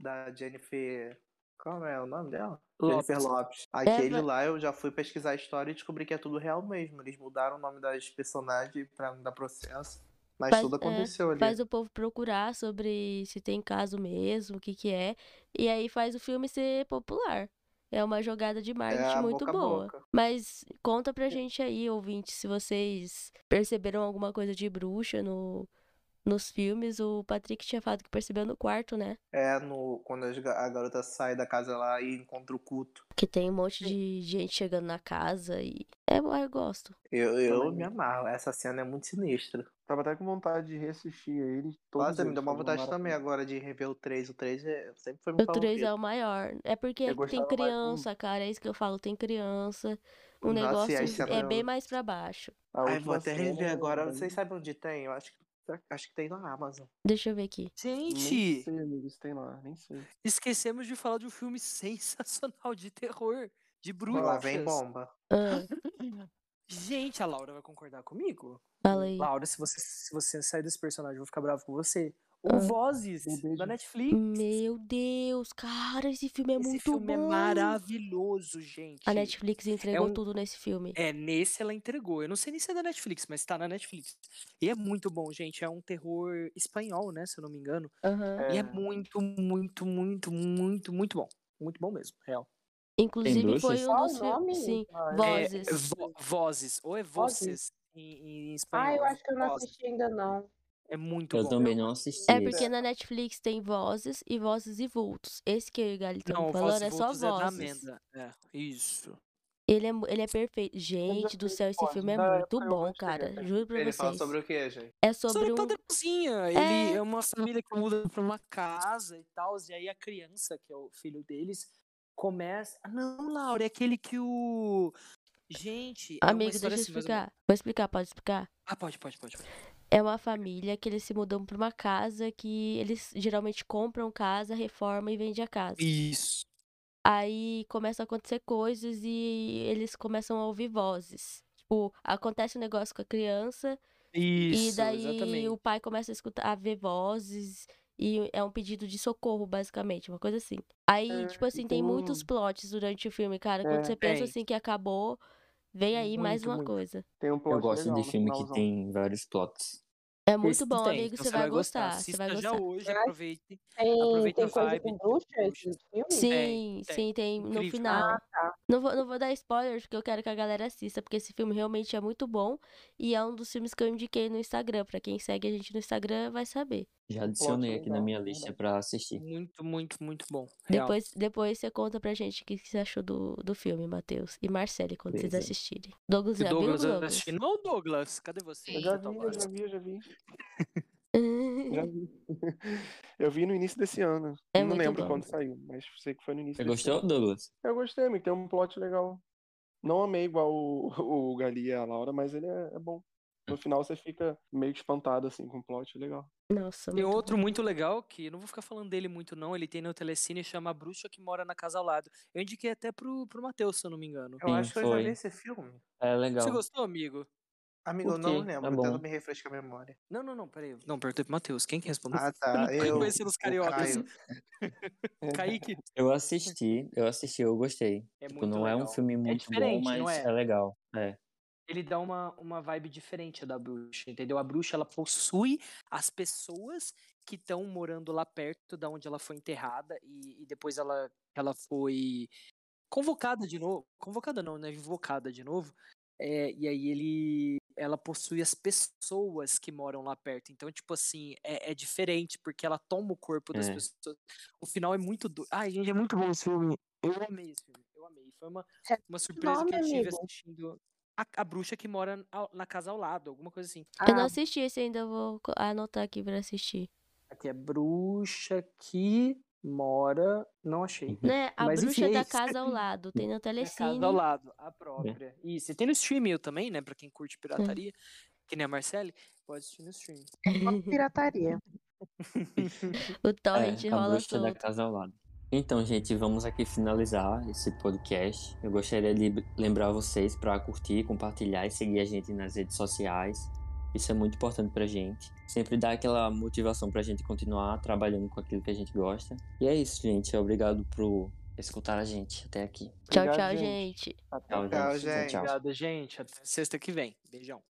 Speaker 6: da Jennifer. Como é o nome dela?
Speaker 5: Lopes.
Speaker 6: Jennifer Lopes. Aquele
Speaker 4: Ela-
Speaker 6: lá eu já fui pesquisar a história e descobri que é tudo real mesmo. Eles mudaram o nome das personagens pra não dar processo. Mas
Speaker 4: Faz-
Speaker 6: tudo
Speaker 4: é,
Speaker 6: aconteceu ali.
Speaker 4: Faz o povo procurar sobre se tem caso mesmo, o que que é. E aí faz o filme ser popular. É uma jogada de marketing
Speaker 6: a
Speaker 4: muito
Speaker 6: boca a
Speaker 4: boa.
Speaker 6: boca.
Speaker 4: Mas conta pra gente aí, ouvinte, se vocês perceberam alguma coisa de bruxa no, nos filmes. O Patrick tinha falado que percebeu no quarto, né?
Speaker 6: É no, quando as ga- a garota sai da casa lá e encontra o culto.
Speaker 4: Que tem um monte de gente chegando na casa e. É, eu gosto.
Speaker 6: Eu, eu
Speaker 3: Também.
Speaker 6: me amarro. Essa cena é muito sinistra.
Speaker 3: Tava até com vontade de reassistir ele. tipo, todos
Speaker 6: Nossa, me
Speaker 3: eles,
Speaker 6: deu uma
Speaker 3: fazer
Speaker 6: vontade também
Speaker 3: maratona.
Speaker 6: agora de rever o 3. O 3 é, sempre foi meu
Speaker 4: O 3 é
Speaker 6: favorito.
Speaker 4: o maior. É porque
Speaker 3: Eu
Speaker 4: é que
Speaker 3: gostava
Speaker 4: tem
Speaker 3: mais do um.
Speaker 4: criança, cara. É isso que eu falo, tem criança. O
Speaker 6: Nossa, e
Speaker 4: negócio
Speaker 6: aí
Speaker 4: é
Speaker 6: cenas-
Speaker 4: bem mais pra baixo.
Speaker 3: A
Speaker 6: Ai, vou
Speaker 3: última
Speaker 6: até
Speaker 3: cena,
Speaker 6: rever agora.
Speaker 3: velho.
Speaker 6: Vocês sabem onde tem? Eu acho que, tá, acho que tem na Amazon.
Speaker 4: Deixa eu ver aqui.
Speaker 3: Nem
Speaker 5: Gente,
Speaker 3: sei, amigo, se tem lá, nem sei.
Speaker 5: esquecemos de falar de um filme sensacional de terror, de bruxas.
Speaker 6: Lá vem bomba.
Speaker 4: Ah,
Speaker 5: Gente, a Laura vai concordar comigo?
Speaker 4: fala aí.
Speaker 5: Laura, se você, se você sair desse personagem, eu vou ficar bravo com você.
Speaker 4: Ah.
Speaker 5: O Vozes,
Speaker 3: Um beijo.
Speaker 5: da Netflix.
Speaker 4: Meu Deus, cara, esse filme é
Speaker 5: Esse
Speaker 4: muito
Speaker 5: filme é
Speaker 4: bom.
Speaker 5: maravilhoso, gente.
Speaker 4: A Netflix entregou
Speaker 5: um-
Speaker 4: tudo nesse filme.
Speaker 5: É, nesse ela entregou. Eu não sei nem se é da Netflix, mas tá na Netflix. E é muito bom, gente. É um terror espanhol, né? Se eu não me engano.
Speaker 4: Aham.
Speaker 5: E
Speaker 3: É.
Speaker 5: é muito, muito, muito, muito, muito bom. Muito bom mesmo, real.
Speaker 4: Inclusive foi
Speaker 1: bruxas?
Speaker 4: um
Speaker 2: Qual o
Speaker 4: dos
Speaker 2: nome?
Speaker 4: filmes. Sim,
Speaker 5: É,
Speaker 4: Vozes.
Speaker 5: vo- vozes, ou é
Speaker 2: Vozes?
Speaker 5: Voces em, em espanhol.
Speaker 2: Ah, eu acho que eu não
Speaker 5: Vozes.
Speaker 2: assisti ainda não.
Speaker 5: É muito
Speaker 1: Eu
Speaker 5: bom.
Speaker 1: também não assisti.
Speaker 4: É porque na Netflix tem vozes e vozes e vultos. Esse que eu e o Gali estamos
Speaker 5: Não,
Speaker 4: falando
Speaker 5: Vozes
Speaker 4: é só
Speaker 5: Vultos é da
Speaker 4: vozes.
Speaker 5: Amanda. É, isso.
Speaker 4: ele, é, mu- ele é perfeito. Gente
Speaker 3: já
Speaker 4: do
Speaker 3: vi
Speaker 4: céu, esse
Speaker 3: Vozes.
Speaker 5: Ah,
Speaker 4: filme é
Speaker 3: Na
Speaker 4: muito
Speaker 3: época eu
Speaker 4: bom,
Speaker 3: gostei
Speaker 4: cara.
Speaker 3: até.
Speaker 4: Juro pra
Speaker 6: Ele fala
Speaker 4: vocês.
Speaker 6: sobre o que, gente?
Speaker 4: É
Speaker 5: Sobre
Speaker 4: sobre um.
Speaker 5: Padrãozinha. tá Ele é uma família que muda pra uma casa e tal. E aí a criança, que é o filho deles, começa. Ah, Não, Laura, é aquele que o. Gente. é uma
Speaker 4: Amigo,
Speaker 5: história
Speaker 4: deixa eu
Speaker 5: assim, mais ou menos.
Speaker 4: explicar. Vou explicar, pode explicar?
Speaker 5: Ah, pode, pode, pode. pode.
Speaker 4: É uma família que eles se mudam pra uma casa que eles geralmente compram casa, reformam e vendem a casa.
Speaker 5: Isso.
Speaker 4: Aí começam a acontecer coisas e eles começam a ouvir vozes. Tipo, acontece um negócio com a criança
Speaker 5: Isso,
Speaker 4: e daí
Speaker 5: exatamente.
Speaker 4: o pai começa a escutar, a ver vozes e é um pedido de socorro, basicamente, uma coisa assim. Aí, tipo assim, tem muitos plots durante o filme, cara. Quando
Speaker 3: É,
Speaker 4: você pensa
Speaker 5: Ah, tem.
Speaker 4: assim que acabou, vem aí mais
Speaker 5: Muito,
Speaker 4: uma
Speaker 5: muito.
Speaker 4: coisa.
Speaker 3: Tem um plot
Speaker 1: Eu gosto
Speaker 3: legal
Speaker 1: de
Speaker 3: no
Speaker 1: filme que
Speaker 3: finalzão.
Speaker 1: tem vários plots.
Speaker 4: É muito
Speaker 5: Esse
Speaker 4: bom,
Speaker 5: tem,
Speaker 4: amigo,
Speaker 5: então
Speaker 4: você vai gostar, você vai
Speaker 5: Assista já
Speaker 4: gostar.
Speaker 5: hoje,
Speaker 2: Mas-
Speaker 5: aproveite.
Speaker 2: Tem,
Speaker 5: Aproveita
Speaker 2: tem
Speaker 5: a
Speaker 2: coisa
Speaker 5: vibe
Speaker 2: com
Speaker 5: de
Speaker 2: bruxas
Speaker 5: bruxas.
Speaker 2: no filme?
Speaker 4: Sim,
Speaker 5: É, tem.
Speaker 4: sim, tem no
Speaker 5: Incrível.
Speaker 4: final.
Speaker 2: Ah, tá.
Speaker 4: Não vou, não vou dar spoilers, porque eu quero que a galera assista, porque esse filme realmente é muito bom e é um dos filmes que eu indiquei no Instagram. Pra quem segue a gente no Instagram vai saber.
Speaker 1: Já adicionei aqui na
Speaker 3: legal,
Speaker 1: minha lista
Speaker 3: verdade.
Speaker 1: pra assistir.
Speaker 5: Muito, muito, muito bom. Real.
Speaker 4: Depois, depois você conta pra gente o que que você achou do, do filme, Matheus. E Marcele, quando vocês
Speaker 1: Beleza.
Speaker 4: assistirem. Douglas
Speaker 5: Que
Speaker 4: já viu,
Speaker 5: Douglas
Speaker 4: Douglas?
Speaker 5: assistindo. Ô, é Douglas, cadê você?
Speaker 3: Eu já
Speaker 5: Tá
Speaker 3: vi,
Speaker 5: lá.
Speaker 3: eu já vi, eu já vi.
Speaker 5: né?
Speaker 3: Já vi. Eu vi no início desse ano.
Speaker 4: É
Speaker 3: não
Speaker 4: muito
Speaker 3: lembro
Speaker 4: bom.
Speaker 3: quando saiu, mas sei que foi no início
Speaker 1: Você
Speaker 3: desse
Speaker 1: gostou,
Speaker 3: ano.
Speaker 1: Douglas?
Speaker 3: Eu gostei, amigo. Tem um plot legal. Não amei igual o, o Gali e a Laura, mas ele é, é bom.
Speaker 1: Hum.
Speaker 3: No final você fica meio que espantado assim com o plot, é legal.
Speaker 4: Nossa,
Speaker 5: Tem
Speaker 4: muito bom.
Speaker 5: outro muito legal que não vou ficar falando dele muito, não. Ele tem no Telecine, chama A Bruxa que Mora na Casa ao Lado. Eu indiquei
Speaker 4: É
Speaker 5: até pro, pro Matheus, se eu não me engano.
Speaker 6: Eu
Speaker 1: Sim,
Speaker 6: acho que eu já
Speaker 1: foi.
Speaker 6: vi esse filme.
Speaker 1: É legal.
Speaker 5: Você gostou, amigo?
Speaker 6: Amigo, eu não
Speaker 1: Ok, tá
Speaker 6: lembro,
Speaker 1: bom.
Speaker 6: tenta me refrescar a memória.
Speaker 5: Não, não, não, peraí. Não, perguntei pro Matheus. Quem que respondeu?
Speaker 6: Ah, tá. Eu.
Speaker 5: Conhecendo os
Speaker 6: o
Speaker 5: cariocas.
Speaker 6: Caio.
Speaker 3: É
Speaker 5: Kaique.
Speaker 1: Eu assisti, eu assisti, eu gostei.
Speaker 5: É
Speaker 1: Tipo, não é um
Speaker 5: legal.
Speaker 1: filme muito bom,
Speaker 5: diferente,
Speaker 1: mas
Speaker 5: não é?
Speaker 1: é legal. É.
Speaker 5: ele dá uma, uma vibe diferente da bruxa, entendeu? A bruxa, ela possui as pessoas que estão morando lá perto da onde ela foi enterrada e, e depois ela, ela foi convocada de novo. Convocada não, né? Invocada de novo. É, e aí ele ela possui as pessoas que moram lá perto. Então, tipo assim, é, é diferente, porque ela toma o corpo das
Speaker 1: É.
Speaker 5: pessoas. O final é muito doido. Ai, gente, é muito bom esse filme. Eu amei esse filme. Eu amei. Foi uma,
Speaker 2: É,
Speaker 5: uma surpresa
Speaker 2: nome,
Speaker 5: que eu tive
Speaker 2: amigo?
Speaker 5: assistindo a, a bruxa que mora ao- na casa ao lado, alguma coisa assim.
Speaker 4: Eu não
Speaker 2: Ah,
Speaker 4: assisti esse ainda, eu vou co- anotar aqui pra assistir.
Speaker 5: Aqui é bruxa que mora. Não achei.
Speaker 4: Né? A
Speaker 5: Mas
Speaker 4: bruxa
Speaker 5: enfim, é
Speaker 4: da
Speaker 5: isso.
Speaker 4: casa ao lado, tem na
Speaker 5: Na
Speaker 4: Telecine.
Speaker 5: casa ao lado, a própria. Isso. E tem no streaming também, né? Pra quem curte pirataria, que nem a Marcele, pode assistir no streaming.
Speaker 2: é uma pirataria.
Speaker 4: O torrent
Speaker 1: É, a
Speaker 4: rola
Speaker 1: bruxa da
Speaker 4: solto.
Speaker 1: casa ao lado. Então, gente, vamos aqui finalizar esse podcast. Eu gostaria de lembrar vocês para curtir, compartilhar e seguir a gente nas redes sociais. Isso é muito importante pra gente. Sempre dá aquela motivação pra gente continuar trabalhando com aquilo que a gente gosta. E é isso, gente. Obrigado por escutar a gente até aqui.
Speaker 4: Tchau,
Speaker 3: Obrigado,
Speaker 4: tchau,
Speaker 3: gente.
Speaker 4: gente.
Speaker 6: Tchau, gente.
Speaker 1: Tchau, tchau.
Speaker 5: Obrigado, gente. Até sexta que vem. Beijão.